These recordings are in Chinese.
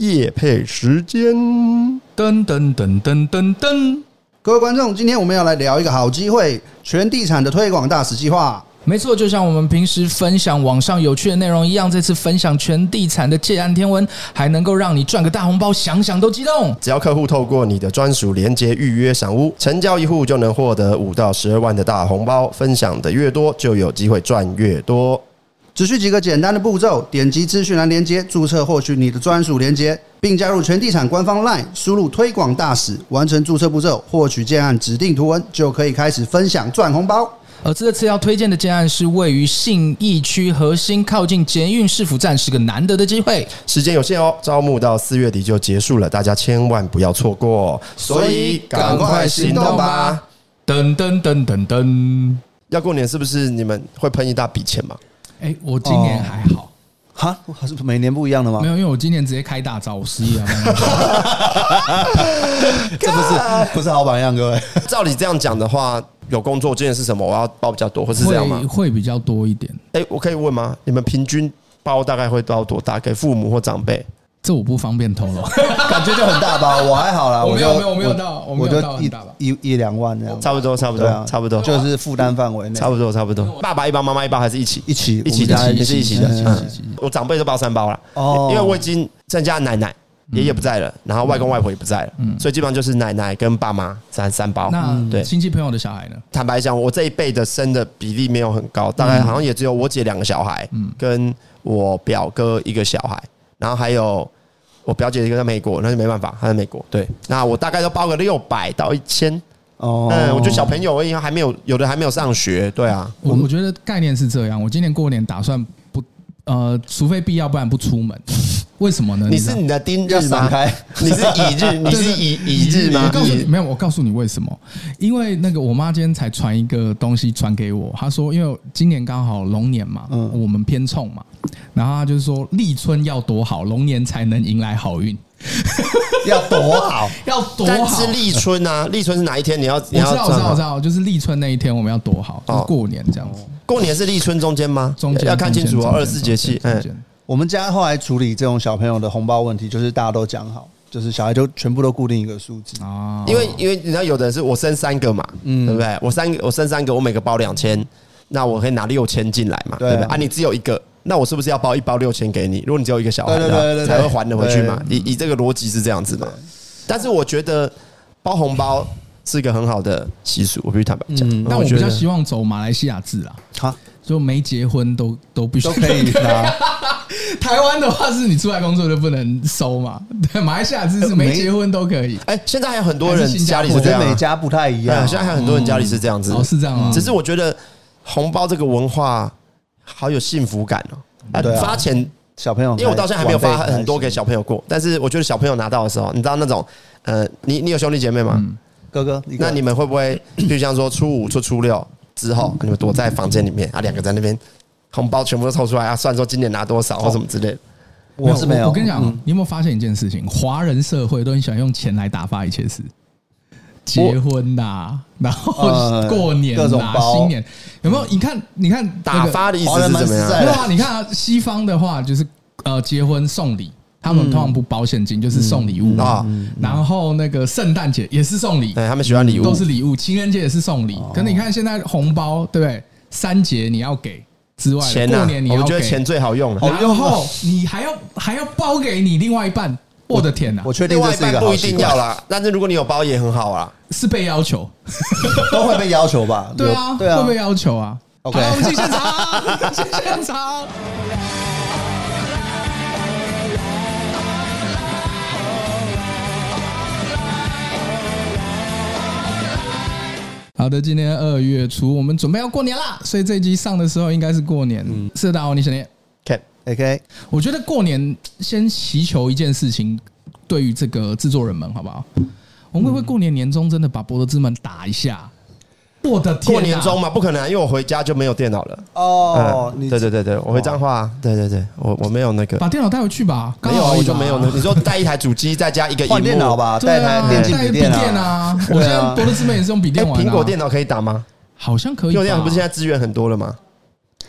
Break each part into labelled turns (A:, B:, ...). A: 夜配时间。
B: 噔噔噔噔噔噔，
A: 各位观众，今天我们要来聊一个好机会——全地产的推广大使计划。
B: 没错，就像我们平时分享网上有趣的内容一样，这次分享全地产的借案天文，还能够让你赚个大红包，想想都激动。
A: 只要客户透过你的专属连接预约赏屋，成交一户就能获得五到十二万的大红包。分享的越多，就有机会赚越多。只需几个简单的步骤，点击资讯栏连接，注册获取你的专属连接，并加入全地产官方 LINE，输入“推广大使”，完成注册步骤，获取建案指定图文，就可以开始分享赚红包。
B: 而这次要推荐的建案是位于信义区核心，靠近捷运市府站，是个难得的机会。
A: 时间有限哦，招募到四月底就结束了，大家千万不要错过。
B: 所以赶快行动吧！噔噔噔噔噔，
A: 要过年是不是你们会喷一大笔钱嘛？
B: 哎、我今年还好，
C: 哈，还是每年不一样的吗
B: 没？有，因为我今年直接开大招，我失业了。
C: 这不是不是好榜 样，各位。
A: 照你这样讲的话，有工作这件事什么？我要包比较多，或是这样吗
B: 会？会比较多一点，
A: 哎、我可以问吗？你们平均包大概会包多大？给父母或长辈？
B: 这我不方便透露。
C: 感觉就很大包，我还好啦，
B: 我没有
C: 就
B: 没有我没有到我没有
C: 就
B: 到很
C: 一
B: 大包
C: 一一两万这样，
A: 差不多，差不多，
C: 对啊
A: 差不多，
C: 就是负担范围内，
A: 差不多，差不多。爸爸一包，妈妈一包，还是一起？
C: 一起
A: 一起
C: 我们家
A: 的，也是一起 的。
C: 嗯
A: 嗯我长辈都包三包了，
C: 哦嗯
A: 因为我已经剩下奶奶、爷爷不在了，然后外公外婆也不在了，所以基本上就是奶奶跟爸妈三三包。
B: 那
A: 嗯对，
B: 亲戚朋友的小孩呢？
A: 坦白讲，我这一辈的生的比例没有很高，大
C: 嗯
A: 概好像也只有我姐两个小孩，跟我表哥一个小孩，然后还有我表姐一个在美国，那就没办法，她在美国。对，那我大概都包个六百到一千，
C: 哦
A: 嗯，我觉得小朋友而已，还没有有的还没有上学，对啊，
B: 我我觉得概念是这样，我今年过年打算不呃，除非必要，不然不出 门。为什么呢？
A: 你
B: 知
A: 是
B: 道
A: 你的丁日
C: 嗯要散
A: 吗？
C: 开，
A: 你是乙日，你是乙乙日吗
B: 我？告诉你，
A: 乙
B: 没有，我告诉你为什么？因为那个我妈今天才传一个东西传给我，她说，因为今年刚好龙年嘛，
C: 嗯
B: 我们偏冲嘛，然后她就是说立春要多好，龙年才能迎来好运，
C: 要多好，
B: 要多
A: 但
B: 好
A: 是。立春啊，立春是哪一天？你要
B: 我
A: 你
B: 知
A: 要
B: 道，我知道，我
A: 算
B: 知
A: 吗
B: 道，就是立春那一天我们要多好，就是
A: 哦
B: 过年这样子。
A: 过年是立春中间吗？
B: 中间
A: 要看清楚哦，
B: 中间
A: 二十四节气。
B: 中
A: 嗯
B: 间中，间
C: 我们家后来处理这种小朋友的红包问题，就是大家都讲好，就是小孩就全部都固定一个数字，
B: 啊，
A: 哎因为因为你知道，有的人是我生三个嘛，对不对？我三个我生三个，我每个包两千，那我可以拿六千进来嘛，
C: 对
A: 对
C: 啊
A: 不对？啊，你只有一个，那我是不是要包一包六千给你？如果你只有一个小孩
C: 对对
A: 的话
C: 对对对
A: 才会还得回去嘛？以以这个逻辑是这样子嘛？但是我觉得包红包是一个很好的习俗，我必须坦白讲。
C: 嗯
B: 但我
A: 觉
B: 比较
A: 得
B: 希望走马来西亚制啦，
C: 好
B: 就没结婚都都必须
C: 都可以 拿。
B: 台湾的话是你出来工作就不能收嘛，对，马来西亚
C: 呃
B: 是没结婚都可以。
A: 哎，现在还有很多人
B: 还是新加
A: 家里
B: 坡
C: 我
A: 是这
C: 觉得
A: 样啊，
C: 每家不太一
A: 对啊
C: 样，
A: 现在还有很多人家里是这样子嗯
B: 哦，，是这样吗？
A: 只是我觉得红包这个文化好有幸福感哦。啊
C: 对，啊
A: 发钱
C: 小朋友才，
A: 因为我到现在还没有发
C: 晚辈才
A: 很多给小朋友过，但是我觉得小朋友拿到的时候，你知道那种，呃，你你有兄弟姐妹吗？
B: 嗯
C: 哥哥，一个
A: 那你们会不会，比如像说初五、初初六之后，你们躲在房间里面啊，两个在那边，红包全部都抽出来啊，算说今年拿多少或什么之类的，
C: 我是没有，
B: 我跟你讲啊
C: 嗯，
B: 你有没有发现一件事情？华人社会都很喜欢用钱来打发一切事，结婚呐，然后
C: 呃
B: 过年
C: 各种
B: 呐，
C: 包嗯
B: 新年有没有？你看，你看
A: 打
B: 那个
A: 发的意思
C: 华人
A: 是
C: 蛮
A: 怎么
C: 实在
A: 样？
C: 的
B: 对啊，你看啊，西方的话就是呃，结婚送礼，他
C: 嗯
B: 们通常不包现金，就是送礼物
A: 啊
B: 啊。然后那个圣诞节也是送礼，
A: 对，他们喜欢礼物
B: 嗯
A: 哦
B: 都，是礼物，情人节也是送礼。可你看现在红包，对不对？三节你要给之外，
A: 钱
B: 过
A: 呐
B: 年你，
A: 我
B: 要
A: 觉
B: 给，哦
A: 得钱最好用了。啊
B: 然后你还要还要包给你另外一半，我的天呐、
C: 我确定
A: 另
C: 这
A: 外一
C: 是一
A: 半
C: 个
A: 不
C: 好
A: 一
C: 习
A: 定
C: 惯
A: 要，啦，但是如果你有包也很好啊。
B: 是被要求，
C: 都会被要求吧？
B: 对啊，
C: 有对啊，
B: 会被要求啊。
C: OK
B: 好了，我们进现 场，进现场。好的，今天二月初，我们准备要过年啦，所以这一集上的时候应该是过年。
C: 嗯
B: 是的，大王，你想念？
A: 看，
C: OK，
B: 我觉得过年先祈求一件事情，对于这个制作人们，好不好？我们会不会过年年终真的把《博德之门》打一下？我的天、啊！
A: 过年中嘛，不可能啊，因为我回家就没有电脑了。
C: 哦，
A: 嗯
C: 你
A: 对对对对，我回彰化啊，对对对，我我没有那个，
B: 把电脑带回去吧，刚
A: 没有
B: 好
A: 啊，
B: 而已
A: 我
B: 吧
A: 就没有那个。你说带一台主机，再加一个
C: 换
A: 荧幕
C: 电脑，吧，
B: 对
C: 带
B: 啊，
C: 台电竞
B: 带
C: 笔
B: 笔
C: 电啊，
B: 啊！我
C: 对啊
B: 现在《博德之门》也是用笔
A: 哎，
B: 电玩、啊，
A: 苹果电脑可以打吗？
B: 好像可
A: 苹
B: 以吧，
A: 果电脑不是现在资源很多了吗？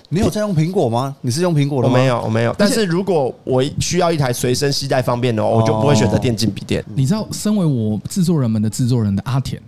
C: 你有在用苹果吗？你是用苹果的
A: 我
C: 吗？
A: 没有，我没有。但是如果我需要一台随身携带方便的，我就不会选择电竞笔电。
B: 你知道，身为我制作人们的制作人的阿田，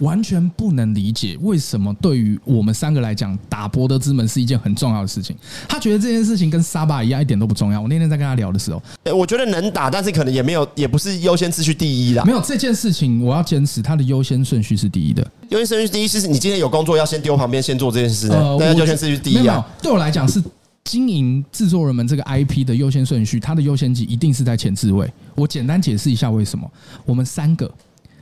B: 完全不能理解为什么对于我们三个来讲，打博德之门是一件很重要的事情。他觉得这件事情跟沙巴一样，一点都不重要。我那天在跟他聊的时候，
A: 诶哎我觉得能打，但是可能也没有，也不是优先次序第一啦
B: 没。有这件事情，我要坚持它的优先顺序是第一的。
A: 优先次序第一是你今天有工作要先丢旁边，先做这件事呢。
B: 呃我
A: 那
B: 觉得
A: 优先次序第
B: 没
A: 一
B: 有没有
A: 啊。
B: 对我来讲是经营制作人们这个 IP 的优先顺序，它的优先级一定是在前置位。我简单解释一下为什么，我们三个，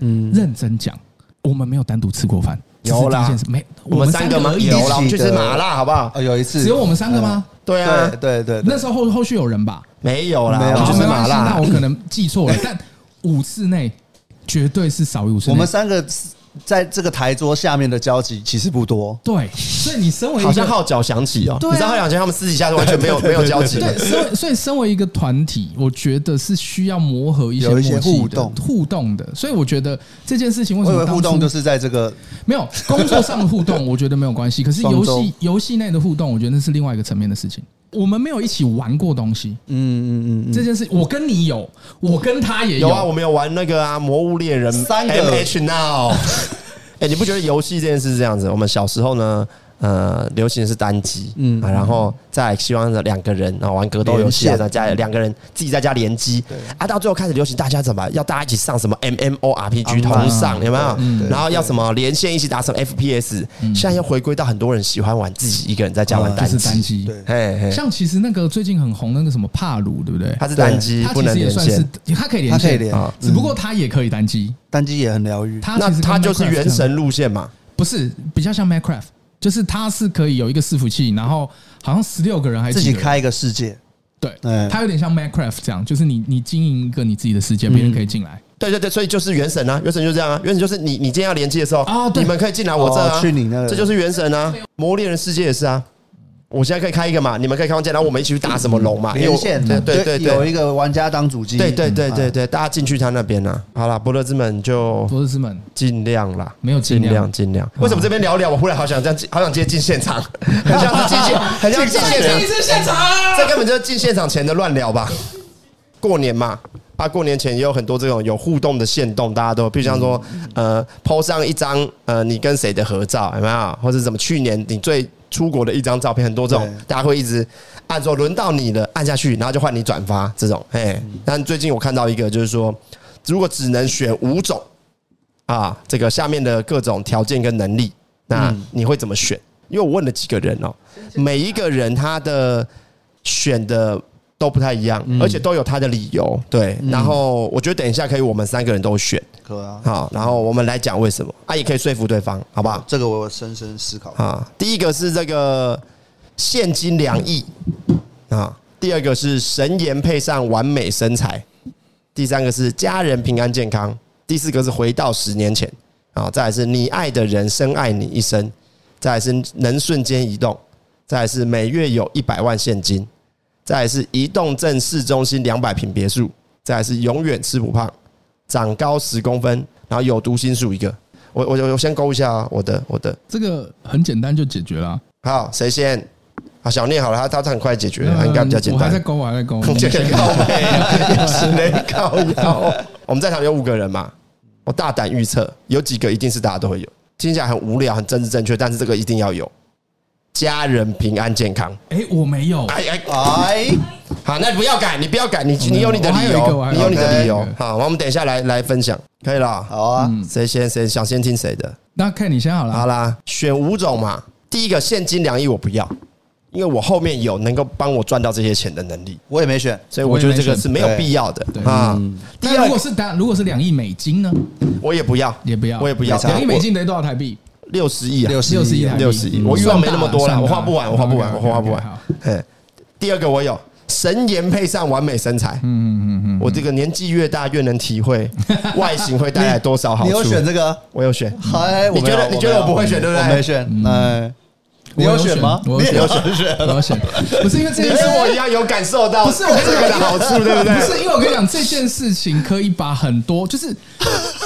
B: 嗯，认真讲，我们没有单独吃过饭，这是
A: 有啦
B: 第一件事没，
A: 我们三个吗？
B: 而已
A: 有啦，我们
C: 一
A: 去
C: 起的
A: 吃麻辣好不好？
C: 呃，有一次
B: 只有我们三个吗？
A: 对啊
C: 呃？，对对对
B: 那
C: 对，
B: 时候后后续有人吧？
A: 没有啦，
C: 没有
A: 我
B: 好，
A: 们去
B: 没
A: 吃
B: 关
A: 麻
B: 系，那
A: 辣
B: 我。可能记错了，但五次内绝对是少于五次内。
C: 我们三个在这个台桌下面的交集其实不多。
B: 对，所以你身为一
A: 好像
B: 个
A: 号角响起哦、
B: 对啊
A: 你知道号角响起，他们私底下是完全没有没有交集的。
B: 对，所以所以身为一个团体，我觉得是需要磨合一些
C: 有一些
B: 默契的
C: 互动
B: 互动的。所以我觉得这件事情为
C: 我
B: 什
C: 以
B: 么
C: 为
B: 当初
C: 互动就是在这个
B: 没有工作上的互动，我觉得没有关 系。可是游
C: 双周
B: 戏游戏内的互动，我觉得那是另外一个层面的事情。我们没有一起玩过东西，
C: 嗯嗯嗯嗯，
B: 这件事我跟你有，我跟他也
A: 有啊，我们有玩那个啊，《魔物猎人》
C: 三个
A: M H Now。哎、 你不觉得游戏这件事是这样子？我们小时候呢，呃，流行的是单机，嗯、啊，然后再来希望着两个人啊玩格斗游戏啊，
C: 连线
A: 在家里两个人自己在家联机啊，到最后开始流行大家怎么要大家一起上什么 M M O R P G
C: 嗯
A: 同上有没有？
B: 嗯
C: 对
A: 然后要什么连线一起打什么 F P S，、现在又回归到很多人喜欢玩自己一个人在家玩
C: 嗯
A: 单
B: 啊就是
A: 机，
B: 单机。
C: 对
A: 嘿嘿，
B: 像其实那个最近很红的那个什么帕鲁，对不对？
A: 它是单机
B: 它
A: 不
B: 其
A: 能
B: 实也
A: 连
B: 算是
A: 线，，
B: 它可以连
C: 它
B: 线，
C: 可以连
A: 啊
B: 只不过它也可以单机。
C: 单机也很疗愈。
B: 它
A: 那
B: 其实跟
A: 它就是
B: Minecraft
A: 原
B: 一样
A: 神路线嘛。
B: 不是比较像 Minecraft，就是它是可以有一个伺服器，然后好像十六个人还是
C: 自
B: 几
C: 己
B: 个人，
C: 开一个世界，
B: 对，
C: 嗯
B: 它有点像 Minecraft 这样，就是你你经营一个你自己的世界，
A: 嗯
B: 别人可以进来。
A: 对对对，所以就是原神啊，原神就是这样啊，原神就是你你今天要连接的时候
B: 啊对
A: 你们可以进来我这啊，
C: 哦去你那个
A: 这就是原神啊，魔物猎人世界也是啊，我现在可以开一个嘛，你们可以开房间，然后我们一起去打什么龙嘛，因为
C: 嗯连
A: 我
C: 线
A: 对对对
C: 就有
A: 对
C: 一嗯个玩家当主机，
A: 对对对对对，大家进去他那边啊，好啦，伯乐之门就
B: 博士之门
A: 尽量啦。
B: 没有
A: 尽
B: 尽量啊
A: 量，尽量，为什么这边聊聊？我忽然好想这样进，好想直接进现 场，很像是进现，很像是进现场，
B: 是现场。
A: 这根本就是进现场前的乱聊吧。过年嘛，啊，过年前也有很多这种有互动的线动，大家都，比如像说，呃，PO 上一张呃你跟谁的合照，有没有？或者怎么去年你最出国的一张照片，很多这种
C: 对，
A: 大家会一直按说轮到你了，按下去，然后就换你转发这种。哎，但最近我看到一个，就是说，如果只能选五种啊，这个下面的各种条件跟能力，那你会怎么选？因为我问了几个人哦，每一个人他的选的都不太一样，而且都有他的理由。对，然后我觉得等一下可以我们三个人都选，
C: 可啊，
A: 好，然后我们来讲为什么啊，也可以说服对方，好不好？
C: 这个我有深深思考。
A: 啊，第一个是这个现金两亿啊，第二个是神颜配上完美身材，第三个是家人平安健康，第四个是回到十年前啊，再来是你爱的人深爱你一生，再来是能瞬间移动，再来是每月有一百万现金，再来是移动镇市中心两百平别墅，再来是永远吃不胖，长高十公分，然后有读心术一个。我我我先勾一下啊，我的我的，
B: 这个很简单就解决了啊，
A: 好，谁先？好，小念好了，他他他很快解决了，他应该比较简
B: 嗯我还在
A: 单。
B: 勾，我还在勾。
A: 这个靠背 啊，是雷靠 腰。我们在场有五个人嘛，我大胆预测，有几个一定是大家都会有。听起来很无聊，很政治正确，但是这个一定要有。家人平安健康。
B: 哎，我没有，
A: 哎哎，
C: 哎，
A: 好，那不要改，你不要改，你
B: 没
A: 你
B: 有
A: 有你的
B: 我还
A: 理
B: 有一个嗯嗯我
A: 由，
B: 还有
A: 你有你
C: 一个
A: 的理由
B: 对。
A: 好，我们等一下来来分享，可以了。
C: 好啊，
A: 谁先谁想先听谁的？
B: 那看你先好了
A: 好。啦，选五种嘛。第一个现金两亿我不要，因为我后面有能够帮我赚到这些钱的能力，
C: 我也没选，
A: 所以我觉得这个是没有
C: 我也没选
A: 必要的
B: 对
A: 啊。第
B: 那
A: 二
B: 如果
A: 个
B: 是单，如果是两亿美金呢？
A: 我也不要，
B: 也不要，
A: 我也不要
C: 没差
B: 两亿美金等于多少台币？
A: 六十亿啊，
C: 六十
B: 六十亿台币，
A: 六十亿，
B: 嗯
A: 我欲望没那么多
B: 算
A: 啦，
B: 大
A: 我花不完，我花不完，我
B: OK，OK，OK，
A: 花不完
B: 好。
A: 嗯，第二个我有神颜配上完美身材，
B: 嗯嗯嗯嗯，
A: 我这个年纪越大越能体 会外形会带来多少好
C: 你
A: 处
C: 有。选这个？
A: 我有选，
C: 嗨，我没有
A: 你觉得
C: 我没有
A: 你觉得我不会选对不对
C: 我没选，哎，你
B: 我
C: 有
B: 有
C: 选
B: 选
C: 吗？
B: 我有
C: 你也
B: 选
C: 有选，
B: 我要选，不是因为这
A: 哎你
B: 件事
A: 跟我一样有感受到
B: 不是我跟你
A: 这个
B: 讲
A: 的好处，对不对？
B: 不是，因为我跟你讲这件事情，可以把很多就是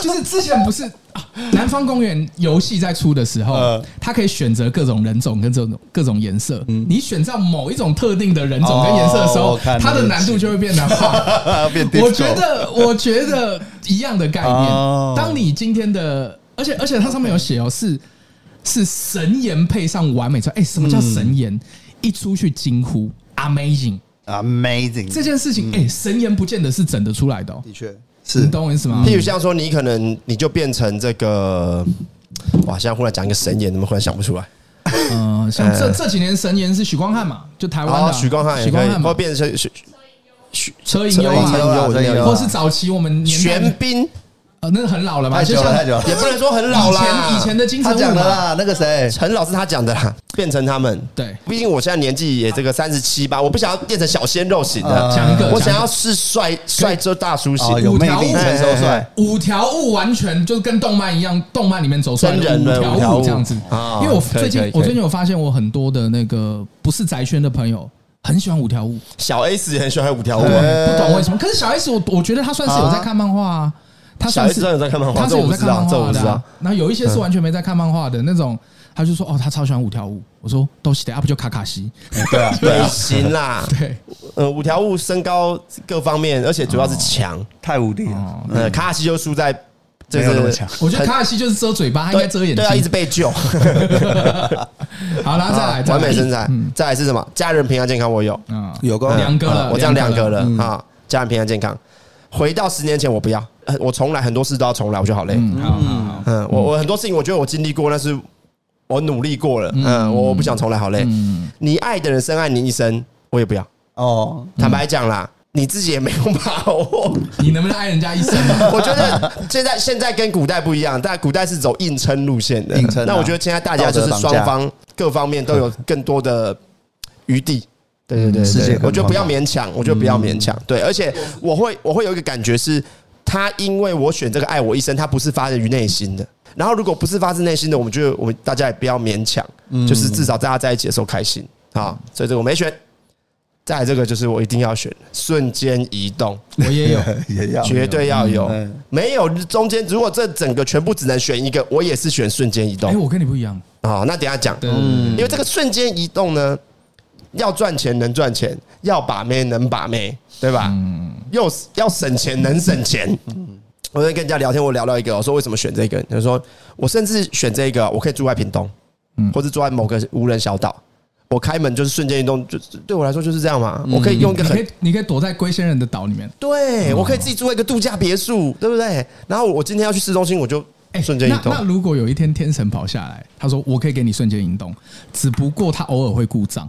B: 就是之前不是、啊、南方公园游戏在出的时候
C: 嗯，
B: 它可以选择各种人种跟这种各种颜色。你选上某一种特定的人种跟颜色的时
C: 哦
B: 候
C: 我，看
B: 它
C: 那
B: 的
C: 个
B: 难度就会变难化。
C: 变 disco
B: 我觉得，我觉得一样的概
C: 哦
B: 念。当你今天的，而且而且它上面有写哦，是是神颜配上完美照。哎，什么
C: 嗯
B: 叫神颜？一出去惊呼 amazing。
C: amazing，
B: 这件事
A: 嗯
B: 情，哎、神言不见得是整得出来的、哦，
C: 的确
B: 你
C: 是
B: 懂我意思吗？
A: 譬如像说，你可能你就变成这个，哇！现在忽然讲一个神言，怎么忽然想不出来？
B: 嗯、像这这几年神言是许光汉嘛，就台湾的啊、
A: 啊，呃许光汉也
B: 许
A: 可
B: 光
A: 以，
B: 汉
A: 或
B: 嘛，
A: 变成许许
B: 车银优
C: 车银
B: 嘛，
C: 优
A: 我真的有
B: 或是早期我们年代
A: 啊玄 彬，
B: 呃，那个很老了嘛，
C: 太
B: 就
C: 久
B: 像
C: 了太久了，
A: 也不能说很老啦，
B: 以前以前的金城
C: 他
B: 武
C: 讲的
B: 嘛，
C: 啦，那个谁，
A: 很老是他讲的啦，变成他们。
B: 对，
A: 毕竟我现在年纪也这个三十七八，我不想要变成小鲜肉型
C: 啊
A: 的，
B: 讲一个，
A: 我想
B: 讲
A: 要
B: 一
A: 是帅帅这大叔
C: 哦，
A: 型。
C: 有魅力，
B: 五条悟
C: 成熟帅，
B: 个五条悟完全就是跟动漫一样，动漫里面走出来的
A: 真人的
B: 五
A: 五条
B: 条
A: 悟
B: 悟这样子
A: 啊。
B: 因为我
A: 可以
B: 最近
A: 可以可以
B: 我最近有发现，我很多的那个不是宅圈的朋友很喜欢五条悟，
A: 小 S 也很喜欢五条悟
B: 不
A: 啊，
B: 懂
C: 哎
B: 不懂为什么。可是小 S 我我觉得他算是有在看漫画啊，他
A: 小
B: 算
A: S
B: 是
A: 真的有在看漫画，
B: 他
A: 这
B: 是
A: 我
B: 有
A: 不
B: 在
A: 知
B: 看
A: 道
B: 漫，
A: 这我
B: 画
A: 不
B: 的
A: 知道
B: 啊。。然后有一些是完全没在看漫画的那种，他就说哦，他超喜欢五条悟。我说都是的，啊要不就卡 卡西。
C: 对啊，对
A: 对
C: 啊，
A: 行啦，
B: 对，
A: 呃，五条悟身高各方面，而且主要是强，
C: 太无敌了
B: 哦，
A: 呃，卡卡西就输在就
C: 没有那么
A: 是
C: 强
B: 我觉得卡卡西就是遮嘴巴，他应该遮眼
A: 对啊，一直
B: 睛。
A: 被救。
B: 好，然后再来，再来
A: 完美身材，再来是什么？家人平安健康，我有，
B: 嗯，
C: 有够
B: 两个嗯了嗯
A: 啊，我这样两个
B: 个
A: 了啊。家人平安健康，回到十年前，我不要，呃我重来很多事都要重来，我觉得好累。
B: 嗯，好好好，
A: 嗯，我我很多事情我觉得我经历过，但是我努力过了，嗯，我我不想重来，好累。
B: 嗯，
A: 你爱的人深爱你一生，我也不要。
C: 哦，
B: 嗯
A: 坦白讲啦，你自己也没有把握。
B: 你能不能爱人家一生啊？
A: 我觉得现在现在跟古代不一样，但古代是走硬撑路线的。
C: 硬撑啊
A: 那我觉得现在大家就是双方各方面都有更多的余地。 对对对
C: 世
A: 对
C: 界更
A: 我觉得不要
C: 宽广
A: 勉强，我觉得不要勉
C: 嗯
A: 强。对，而且我会我会有一个感觉是，他因为我选这个爱我一生，他不是发自于内心的。然后如果不是发自内心的，我们觉得我们大家也不要勉强，
C: 嗯
A: 就是至少大家在一起的时候开心啊。所以这个我没选。再来这个就是我一定要选瞬间移动。
B: 我也 有，
C: 也要
A: 哦绝对要有
C: 嗯，
A: 没有中间如果这整个全部只能选一个，我也是选瞬间移
B: 哎，
A: 动
B: 我跟你不一样，
A: 啊。那等一下讲，
B: 对对对对
A: 因为这个瞬间移动呢，要赚钱能赚钱，要把妹能把妹，对吧？又要省钱能省钱。我在跟人家聊天，我聊到一个，我说为什么选这个？他说我甚至选这个，啊我可以住在屏东，或者住在某个无人小岛，我开门就是瞬间移动，就对我来说就是这样嘛。我可以用一个
B: 你
A: 很
B: 可以你可以躲在龟仙人的岛里面。
A: 对，我可以自己住一个度假别墅，对不对？然后我今天要去市中心，我就
B: 哎
A: 瞬间移动
B: 那。那如果有一天天神跑下来，他说我可以给你瞬间移动，只不过他偶尔会故障，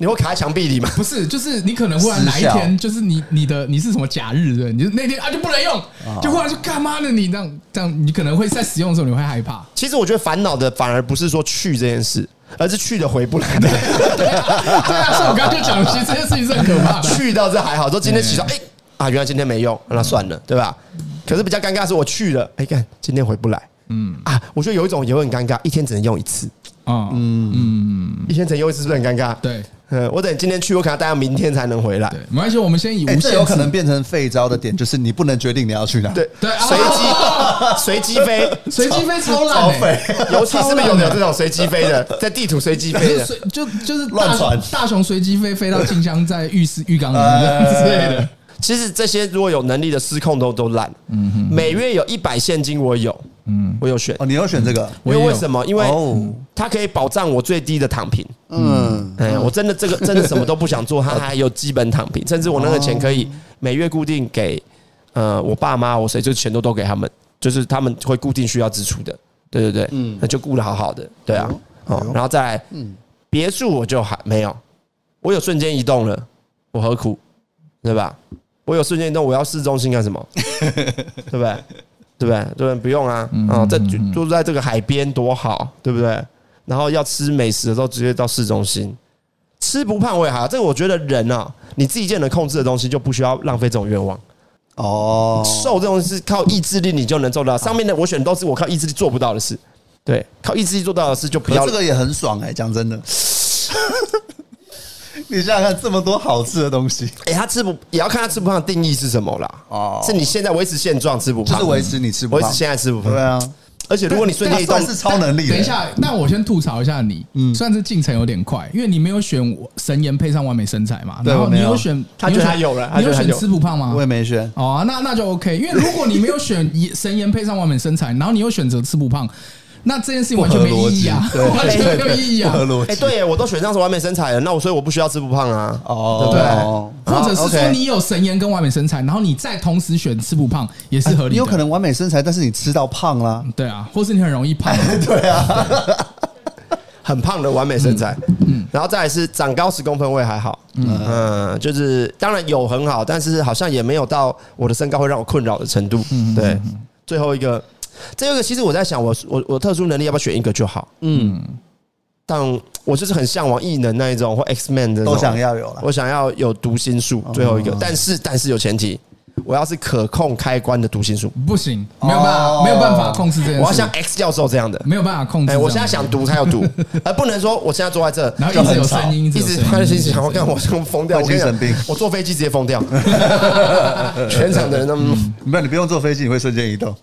A: 你会卡在墙壁里 吗？
B: 不是，就是你可能忽然哪一
C: 失效
B: 天，就是你你的你是什么假日对不对，你就那天啊就不能用，就忽然就干嘛呢？你这样这样，你可能会在使用的时候你会害怕，
A: 其实我觉得烦恼的反而不是说去这件事，而是去的回不来的。
B: 对啊，所以我刚刚就讲，其实这件事情是很可怕的。
A: 去到这还好，说今天起床，哎啊，原来今天没用，那算了，对吧？可是比较尴尬的是我去了，哎，看今天回不来。嗯啊，我觉得有一种也会很尴尬，一天只能用一次，
B: 啊，嗯嗯，
A: 一天只能用一次，是不是很尴尬？，
B: 对
A: 嗯，我等今天去，我可能要待到明天才能回来
B: 对。，没关系，我们先以无
C: 哎，
B: 限
C: 这
B: 制
C: 有可能变成废招的点，就是你不能决定你要去哪。
A: 对
B: 对啊
A: 随机随机飞，
B: 随机飞超
C: 超
B: 烂
C: 废
B: 欸，
A: 尤其是不是有有这种随机飞的，在地图随机飞
B: 就
A: 的？
B: 随就就是
C: 乱
B: 大
C: 传
B: 熊大熊随机飞飞到静香在浴室浴缸里面
C: 哎
B: 之类的，
A: 其实这些如果有能力的失控都都烂。每月有一百现金，我有，嗯，我有选
C: 哦，。你有选这个？
A: 因
B: 我
A: 为
B: 也有
A: 为什么？因为
C: 哦
A: 它可以保障我最低的躺平。
C: 嗯，
A: 哎，我真的这个真的什么都不想做，它还有基本躺平，甚至我那个钱可以每月固定给呃我爸妈，我谁就全都都给他们，就是他们会固定需要支出的。对对对，嗯，那就顾得好好的，对啊，哦，然后再来，别墅我就还没有，我有瞬间移动了，我何苦，对吧？我有瞬间移动，我要市中心干什么？ 对不对？对不对？对不对？不用啊，啊，在住在这个海边多好，对不对？然后要吃美食的时候，直接到市中心，吃不胖我也还好。这个我觉得人啊，你自己就能控制的东西，就不需要浪费这种愿望。
C: 哦，
A: 瘦这种是靠意志力你就能做到，上面的我选都是我靠意志力做不到的事。
D: 对，
A: 靠意志力做到的事就不
C: 可
A: 要
C: 是这个也很爽哎、讲真的。 你想想看，这么多好吃的东西，
A: 哎、他吃不也要看他吃不胖的定义是什么啦。
C: 哦
A: 哦，是你现在维持现状吃不
C: 就
A: 胖，
C: 是维持你吃不
A: 维
C: 胖
A: 持。现在吃不胖。
C: 对啊，
A: 而且如果你瞬间移动
C: 算，是超能力。嗯
B: 等一，下，那我先吐槽一下你，虽然这进程有点快，因为你没有选神颜配上完美身材嘛，
C: 对
B: 然后
C: 我没
B: 你
C: 有
B: 有选，
D: 他
B: 你
D: 觉得
B: 选
D: 他有了他
B: 你
D: 觉
B: 有
D: 得他
B: 选
D: 有
B: 吃不胖吗
C: 我？也没选。
B: 哦啊、那那就 OK，因为如果你没有选一神颜配上完美身材，然后你又选择吃不胖，那这件事情完全没意义啊，
C: 不合逻辑对
B: 完全没有意义啊
C: 不。合逻
A: 哎、
C: 辑。
A: 对耶，我都选上是完美身材了，那我所以我不需要吃不胖啊。
C: 哦，
A: 对
B: 或者
C: 好
B: 是说
C: ，OK
B: 你有神颜跟完美身材，然后你再同时选吃不胖也是合理的。
C: 哎你有可能完美身材，但是你吃到胖啦。
B: 对啊，或是你很容易 胖，
A: 很胖的完美身材，嗯，然后再来是长高十公分我也还好，嗯，就是当然有很好，但是好像也没有到我的身高会让我困扰的程度，
B: 嗯
A: 对。最后一个，最后一个其实我在想，我我我特殊能力要不要选一个就好？
C: 嗯，
A: 但我就是很向往异能那一种或 X Man 的，
C: 都想，要有啦。
A: 我想要有读心术，最后一个
C: 哦，
A: 但是但是有前提，我要是可控开关的读心术，
B: 不行，没有办法，
C: 哦
B: 没有办法控制这件事。
A: 我要像 X 教授这样的，
B: 没有办法控制这
A: 哎，
B: 样。
A: 我现在想读才有读，而不能说我现在坐在这，
B: 然后一直有
C: 就很吵
B: 声音，一直
A: 一
B: 有
A: 直
B: 声音
A: 他的心情想，我干，我就疯掉，
C: 会
A: 我跟你
C: 精神病
A: 讲，我坐飞机直接疯 掉，全场的人都，嗯
C: 没有，你不用坐飞机，你会瞬间移动。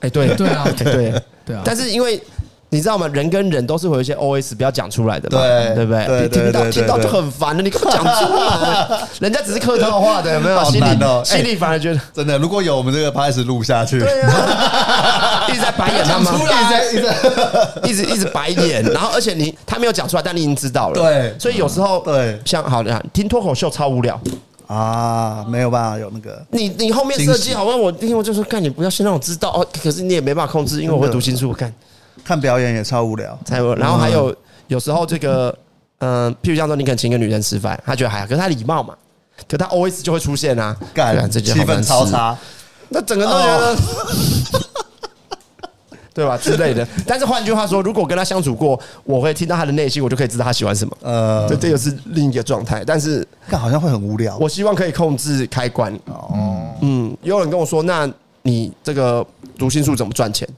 A: 哎，对
B: 对啊
A: 哎对
B: 对啊
A: 但是因为你知道吗？人跟人都是会有一些 OS 不要讲出来的嘛，
C: 对
A: 对不
C: 对
A: 对？
C: 对
A: 听到
C: 对对
A: 听到
C: 对
A: 就很烦了，你给我讲出来，人家只是客套话的，有没有？
C: 好
A: 心
C: 难哦
A: 里
C: 哎
A: 心里反而觉得，
C: 真的，如果有我们这个 p 始录下去，
A: 对 啊，一直在白眼他们，
B: 不要讲出来
A: 一直在一直一直一直白眼，然后而且你他没有讲出来，但你已经知道了，
C: 对
A: 所以有时候
C: 对
A: 像好的听脱口秀超无聊。
C: 啊，没有办法有那个。
A: 你你后面设计好，让我听，我就说干，你不要先让我知道哦。可是你也没办法控制，因为我会读心术，干
C: 看表演也超无聊。
A: 才有。然后还
C: 嗯
A: 有有时候这个，嗯，譬如像说你可能请一个女生吃饭，她觉得还好，可是她礼貌嘛，可她 always 就会出现啊，
C: 干，
A: 干这
C: 气
A: 件好难
C: 氛超
A: 吃，
C: 差。哦
A: 那整个都觉得。 对吧？之类的。但是换句话说，如果我跟她相处过，我会听到她的内心，我就可以知道她喜欢什么。
C: 呃
A: 这，这又是另一个状态。但是
C: 干好像会很无聊。
A: 我希望可以控制开关。哦，嗯，有人跟我说，那你这个读心术怎么赚钱？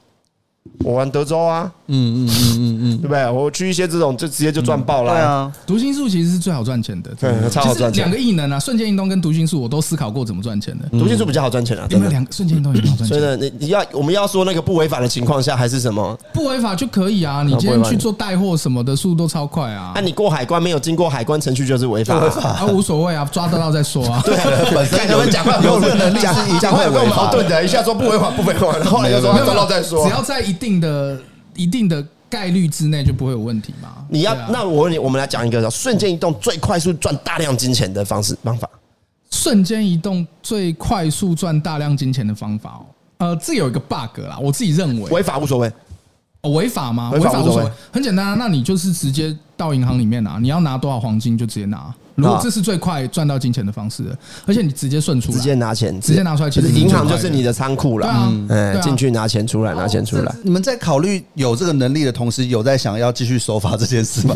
A: 我玩德州啊，
C: 嗯嗯嗯嗯
A: 对不对？我去一些这种就直接就赚爆
C: 嗯，
A: 了、
C: 对，啊，
B: 读心术其实是最好赚钱的，
A: 对超好赚钱
B: 其实两个异能啊，瞬间移动跟读心术，我都思考过怎么赚钱的。
A: 读心术比较好赚钱啊，真
B: 有没有
A: 的。
B: 两个瞬间移动也好赚
A: 所以
B: 钱？
A: 呢，你你要我们要说那个不违法的情况下还是什么？
B: 不违法就可以
A: 嗯
B: 啊！你今天去做带货什么的，速度都超快啊
A: 那、！你过海关没有经过海关程序就是违法、啊。
B: 啊，无所谓啊，抓得到再 说啊。
C: 本身
A: 看他们讲话
C: 有
A: 有
C: 能力是一
A: 讲
C: 定
A: 讲话
C: 会
A: 有够
C: 违
A: 矛
C: 法
A: 盾
C: 的。
A: 的，一下说不违法不违法，后来又说
B: 没有
A: 抓到再说啊
B: 只。要在一定的、一定的概率之内，就不会有问题嘛。
A: 你要
B: 对啊
A: 那我问你，我们来讲一个瞬间移动最快速赚大量金钱的方式方法。
B: 瞬间移动最快速赚大量金钱的方法哦。呃，这有一个 bug 啦，我自己认为
A: 违法无所谓，
B: 哦违法吗？
A: 违法无所谓，
B: 很简单啊。那你就是直接到银行里面拿，你要拿多少黄金就直接拿。如果这是最快赚到金钱的方式了，而且你直接顺出来，
A: 直接拿钱，
B: 直接拿出来
A: 就
B: 其实
A: 是
B: 是
A: 银行
B: 最
A: 就
B: 快
A: 是
B: 的
A: 你的仓库
B: 对啊
A: 了，
B: 对啊
A: 进去拿钱出来，拿钱出 来。
C: 你们在考虑有这个能力的同时，有在想要继续守法这件事吗？